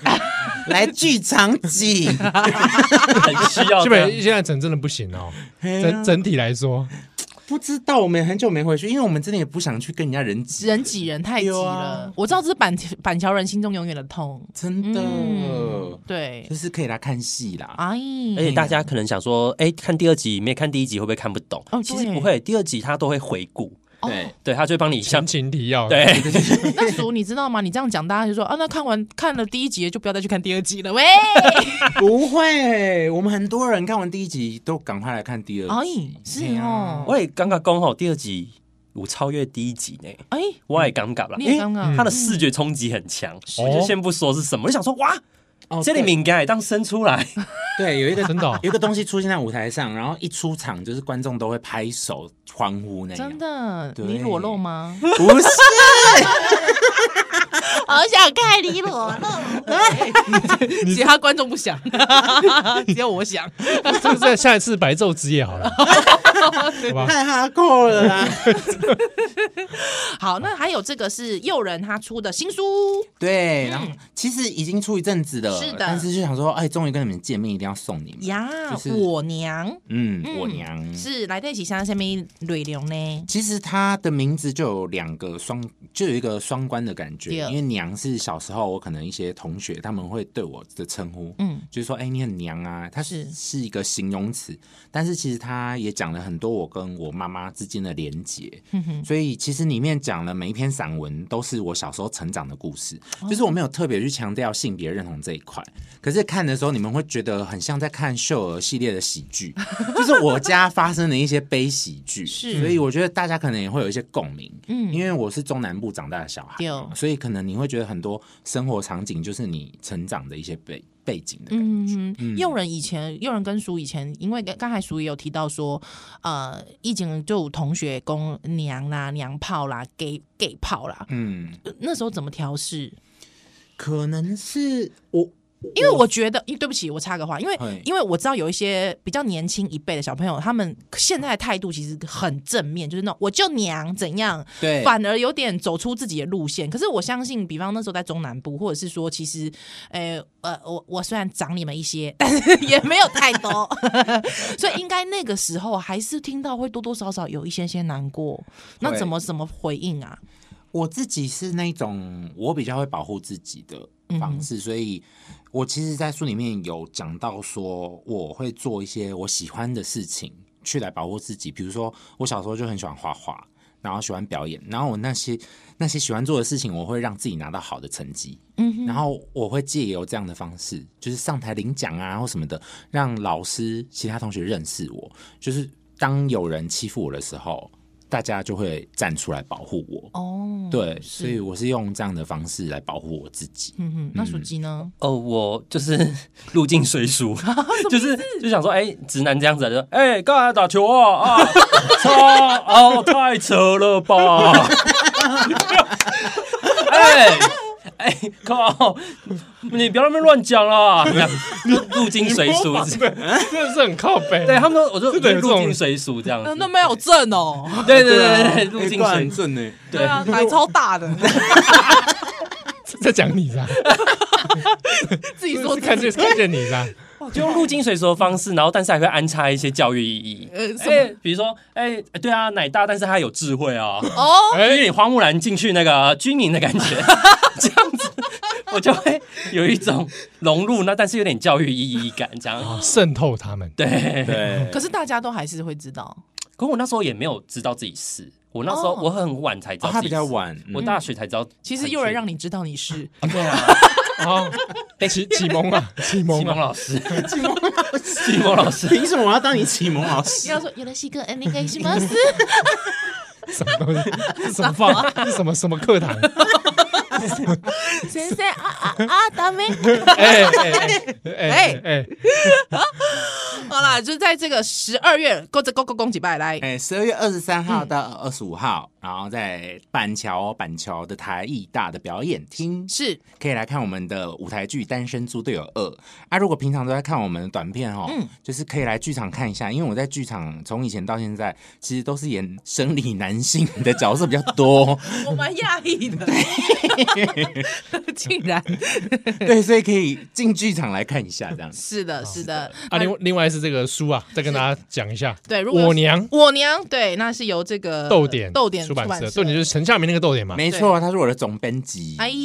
Speaker 5: 来剧场挤。
Speaker 4: 很 需要
Speaker 2: 新
Speaker 4: 这样。
Speaker 2: 北站整真的不行哦，
Speaker 5: 哎呀
Speaker 2: 整整体来说，
Speaker 5: 不知道，我们也很久没回去，因为我们真的也不想去跟人家人挤，
Speaker 3: 人挤人太挤
Speaker 5: 有
Speaker 3: 了
Speaker 5: 啊，
Speaker 3: 我知道这是板板桥人心中永远的痛，
Speaker 5: 真的，
Speaker 3: 嗯对
Speaker 5: 就，是可以来看戏啦。
Speaker 3: 哎，
Speaker 4: 而且大家可能想说，哎、看第二集没有看第一集会不会看不懂？
Speaker 3: 哦
Speaker 4: 其实
Speaker 3: 对
Speaker 4: 不会，第二集他都会回顾，
Speaker 5: 对，
Speaker 4: 对他就会帮你像
Speaker 2: 详情提要，
Speaker 4: 对，
Speaker 3: 哦那叔你知道吗？你这样讲，大家就说啊，那看完看了第一集就不要再去看第二集了， 喂，
Speaker 5: 不会，我们很多人看完第一集都赶快来看第二
Speaker 3: 哎
Speaker 5: 集。，
Speaker 3: 是哦，
Speaker 4: 我也尴尬刚好第二集有超越第一集呢，
Speaker 3: 哎，
Speaker 4: 我也尴尬了，
Speaker 3: 你
Speaker 4: 因
Speaker 3: 也
Speaker 4: 为
Speaker 3: 刚刚
Speaker 4: 它的视觉冲击很强，我就先不说是什么，我就想说哇，
Speaker 5: 哦
Speaker 4: 这里敏感也当生出来，
Speaker 5: 对对有一个
Speaker 2: 真的哦
Speaker 5: 有一个东西出现在舞台上，然后一出场就是观众都会拍手欢呼那样。
Speaker 3: 真的，
Speaker 5: 对
Speaker 3: 你裸露吗？
Speaker 5: 不是，
Speaker 3: 好想看你裸 露，其他观众不想， 只有我想。
Speaker 2: 这个在下一次白昼之夜好了，好吧？
Speaker 5: 太哈扣了啦。
Speaker 3: 嗯好，那还有这个是诱人他出的新书，
Speaker 5: 对，然后其实已经出一阵子了，
Speaker 3: 是的
Speaker 5: 但是就想说，哎，终于跟你们见面，一定要送你们。
Speaker 3: 呀，
Speaker 5: 就是
Speaker 3: 我娘
Speaker 5: 嗯
Speaker 3: 嗯，
Speaker 5: 我娘。
Speaker 3: 是来在一起像下面蕊流呢，
Speaker 5: 其实它的名字就有两个双，就有一个双关的感觉
Speaker 3: 对，
Speaker 5: 因为娘是小时候我可能一些同学他们会对我的称呼，
Speaker 3: 嗯
Speaker 5: 嗯，就是说哎、你很娘啊，它是
Speaker 3: 是
Speaker 5: 是一个形容词，但是其实它也讲了很多我跟我妈妈之间的连结，所以其实里面讲了每一篇散文都是我小时候成长的故事，就是我没有特别去强调性别认同这一块，可是看的时候你们会觉得很像在看秀儿系列的喜剧， 就是我家发生的一些悲喜剧，
Speaker 3: 是
Speaker 5: 所以我觉得大家可能也会有一些共鸣，嗯，因为我是中南部长大的小孩嘛，
Speaker 3: 对
Speaker 5: 所以可能你会觉得很多生活场景就是你成长的一些背背景的感觉。
Speaker 3: 嗯，幼人以前，幼人跟叔以前，因为刚才叔也有提到说，呃，以前就有同学公娘啦、娘炮啦、gay gay 炮啦，
Speaker 5: 嗯，
Speaker 3: 呃那时候怎么调试？
Speaker 5: 可能是我，
Speaker 3: 因为我觉得，因为对不起，我插个话，因为
Speaker 5: 嘿
Speaker 3: 因为我知道有一些比较年轻一辈的小朋友，他们现在的态度其实很正面，就是那种我就娘怎样，
Speaker 5: 对
Speaker 3: 反而有点走出自己的路线。可是我相信，比方那时候在中南部，或者是说，其实，呃呃，我我虽然长你们一些，但是也没有太 多，所以应该那个时候还是听到会多多少少有一些些难过。那
Speaker 5: 会
Speaker 3: 怎么怎么回应啊？
Speaker 5: 我自己是那种我比较会保护自己的方式，所以我其实，在书里面有讲到说，我会做一些我喜欢的事情去来保护自己。比如说，我小时候就很喜欢画画，然后喜欢表演，然后我那些那些喜欢做的事情，我会让自己拿到好的成绩。嗯，然后我会借由这样的方式，就是上台领奖啊或什么的，让老师、其他同学认识我。就是当有人欺负我的时候。大家就会站出来保护我
Speaker 3: 哦，
Speaker 5: 对，
Speaker 3: 是
Speaker 5: 所以我嗯是用这样的方式来保护我自己。
Speaker 3: 嗯哼，那属鸡呢？
Speaker 4: 哦，我就是 入境随俗，就是就想说，哎、直男这样子啊，就说，哎、干嘛打球啊？ 啊，操！哦，太扯了吧！ 哎哎、靠！你不要在那边乱讲啦！ 这样入入境随俗，
Speaker 2: 真的 是很靠北。
Speaker 4: 对他们都，我就
Speaker 2: 真的有这
Speaker 4: 入
Speaker 2: 种
Speaker 4: 境随俗这样子
Speaker 3: 嗯，。那没有证哦。
Speaker 4: 对对对对，入境随
Speaker 5: 哎很
Speaker 4: 俗，
Speaker 5: 正欸呢，
Speaker 4: 对
Speaker 3: 啊，奶超大 的，
Speaker 2: 在讲你啦，
Speaker 3: 自己
Speaker 2: 是 看见看见你啦，
Speaker 4: 就用入境随俗的方式，然后但是还会安插一些教育意义。
Speaker 3: 呃什
Speaker 4: 哎、比如说，哎、对啊，奶大，但是他有智慧啊。
Speaker 3: 哦，
Speaker 4: 有
Speaker 2: 哎，
Speaker 4: 点花木兰进去那个军营的感觉， 这样子我就会有一种融入，那但是有点教育意义感，这
Speaker 5: 哦
Speaker 4: 样。
Speaker 2: 渗透他们。
Speaker 4: 对，
Speaker 5: 对
Speaker 3: 可是大家都还是会知道，
Speaker 4: 可我那时候也没有知道自己是，我那时候
Speaker 3: 哦
Speaker 4: 我很晚才知道
Speaker 5: 哦，
Speaker 4: 自己
Speaker 5: 他
Speaker 4: 是
Speaker 5: 比较，晚，
Speaker 4: 我大学才知道，
Speaker 3: 其实有人让你知道你是，
Speaker 4: 对啊，
Speaker 2: 哦， 启启蒙啊，启蒙
Speaker 4: 启蒙
Speaker 2: 啊，
Speaker 4: 老师，启蒙老 师，启蒙老师，
Speaker 5: 凭什么我要当你启蒙老师？
Speaker 3: 要说有的是个那个什么事，
Speaker 2: 什么东西？是什么放？是什么什么课堂？
Speaker 3: 先生啊啊啊，达咩？
Speaker 2: 哎哎哎哎哎，
Speaker 3: 好啦，就在这个十二月，勾着勾勾攻几拜来，
Speaker 5: 哎，十二月二十三号到二十五号，然后在板桥板桥的台艺大的表演厅，
Speaker 3: 是
Speaker 5: 可以来看我们的舞台剧《单身猪队友二》啊。如果平常都在看我们的短片哦，就是可以来剧场看一下，因为我在剧场从以前到现在，其实都是演生理男性的角色比较 多，
Speaker 3: 我蛮讶异的，竟然
Speaker 5: 对，所以可以进剧场来看一下这样子。
Speaker 3: 是的，是的，
Speaker 2: 啊，另另外是这个书啊，再跟大家讲一下。
Speaker 3: 对，如果
Speaker 2: 我娘
Speaker 3: 我娘对，那是由这个
Speaker 2: 豆点
Speaker 3: 豆呃点
Speaker 2: 出版
Speaker 3: 社
Speaker 2: 社，豆点就是陈夏明那个豆点嘛。
Speaker 5: 没错，他是我的总编辑。
Speaker 3: 哎
Speaker 2: 啊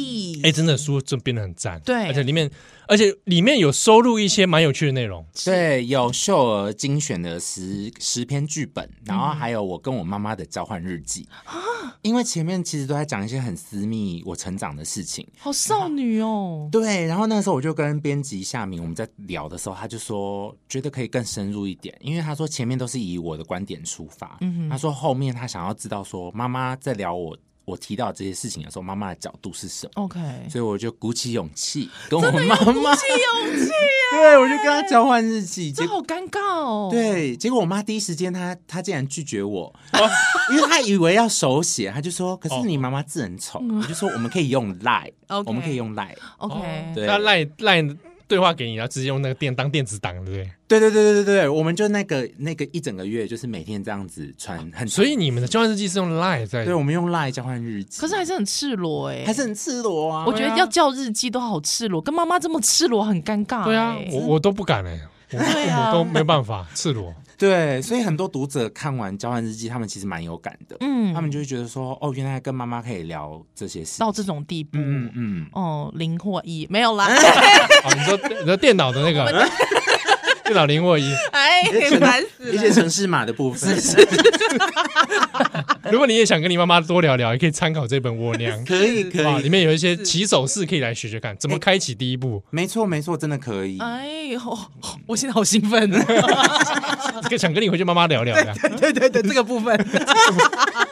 Speaker 2: 哎，真的书真编的很赞，
Speaker 3: 对
Speaker 2: 而且里面而且里面有收录一些蛮有趣的内容。
Speaker 5: 对，有秀儿精选的十十篇剧本，然后还有我跟我妈妈的交换日记。 因为前面其实都在讲一些很私密我成长的事情。
Speaker 3: 好少女哦，
Speaker 5: 对，然后那时候我就跟编辑夏明我们在聊的时候，他就说觉得可以更深入一点，因为他说前面都是以我的观点出发，他说后面他想要知道说妈妈在聊我我提到这些事情的时候，妈妈的角度是什么。
Speaker 3: OK，
Speaker 5: 所以我就鼓起勇 气跟我妈妈，起勇气、 对我就跟她交换日记，结
Speaker 3: 啊这
Speaker 5: 果。
Speaker 3: 好尴尬哦，，
Speaker 5: 对，结果我妈第一时间她她竟然拒绝我，
Speaker 3: 哦
Speaker 5: 因为她以为要手写，她就说：“可是你妈妈字很丑。我就说：“我们可以用 Line，
Speaker 3: 嗯 OK
Speaker 5: 我们可以用 Line。
Speaker 3: OK，
Speaker 5: 哦对
Speaker 2: 那赖赖对话给你，然后直接用那个电当电子档，对不对？”
Speaker 5: 对对对对对对，我们就那个那个一整个月就是每天这样子传，很
Speaker 2: 所以你们的交换日记是用 Line 在
Speaker 5: 对我们用 Line 交换日记，
Speaker 3: 可是还是很赤裸哎，
Speaker 5: 还是很赤裸啊。
Speaker 3: 我觉得要叫日记都好赤裸，跟妈妈这么赤裸很尴尬、
Speaker 2: 对啊
Speaker 3: 欸，
Speaker 2: 我我都不敢哎，我
Speaker 3: 对啊
Speaker 2: 我都没有办法赤裸。
Speaker 5: 对，所以很多读者看完交换日记，他们其实蛮有感的，
Speaker 3: 嗯
Speaker 5: 他们就会觉得说：“哦，原来跟妈妈可以聊这些事。
Speaker 3: 到这种地步，
Speaker 5: 嗯”嗯
Speaker 3: 哦，零或一没有啦，
Speaker 2: 啊 哦，你说你说电脑的那个电脑零或一，
Speaker 3: 哎，对，烦死
Speaker 5: 一些城市码的部分，
Speaker 2: 如果你也想跟你妈妈多聊聊，也可以参考这本《我 娘》。
Speaker 5: 可以可
Speaker 2: 哇，里
Speaker 5: 以，
Speaker 2: 面有一些起手式可以来学学看，怎么开启第一步，
Speaker 5: 没错没错，真的可以。
Speaker 3: 哎呦，我现在好兴奋！
Speaker 2: 想跟你回去妈妈聊聊的，
Speaker 3: 对对对，这个部分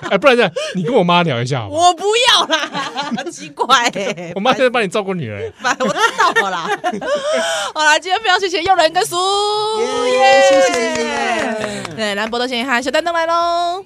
Speaker 2: 哎，不然这样，你跟我妈聊一下好不好，
Speaker 3: 我不要啦， 奇怪欸
Speaker 2: 我妈现在帮你照顾女儿，
Speaker 3: 烦我知道了啦。 好啦，今天非常谢谢佑人跟苏，耶，
Speaker 5: 谢谢谢谢
Speaker 3: 对，兰博多先生，小丹登来喽。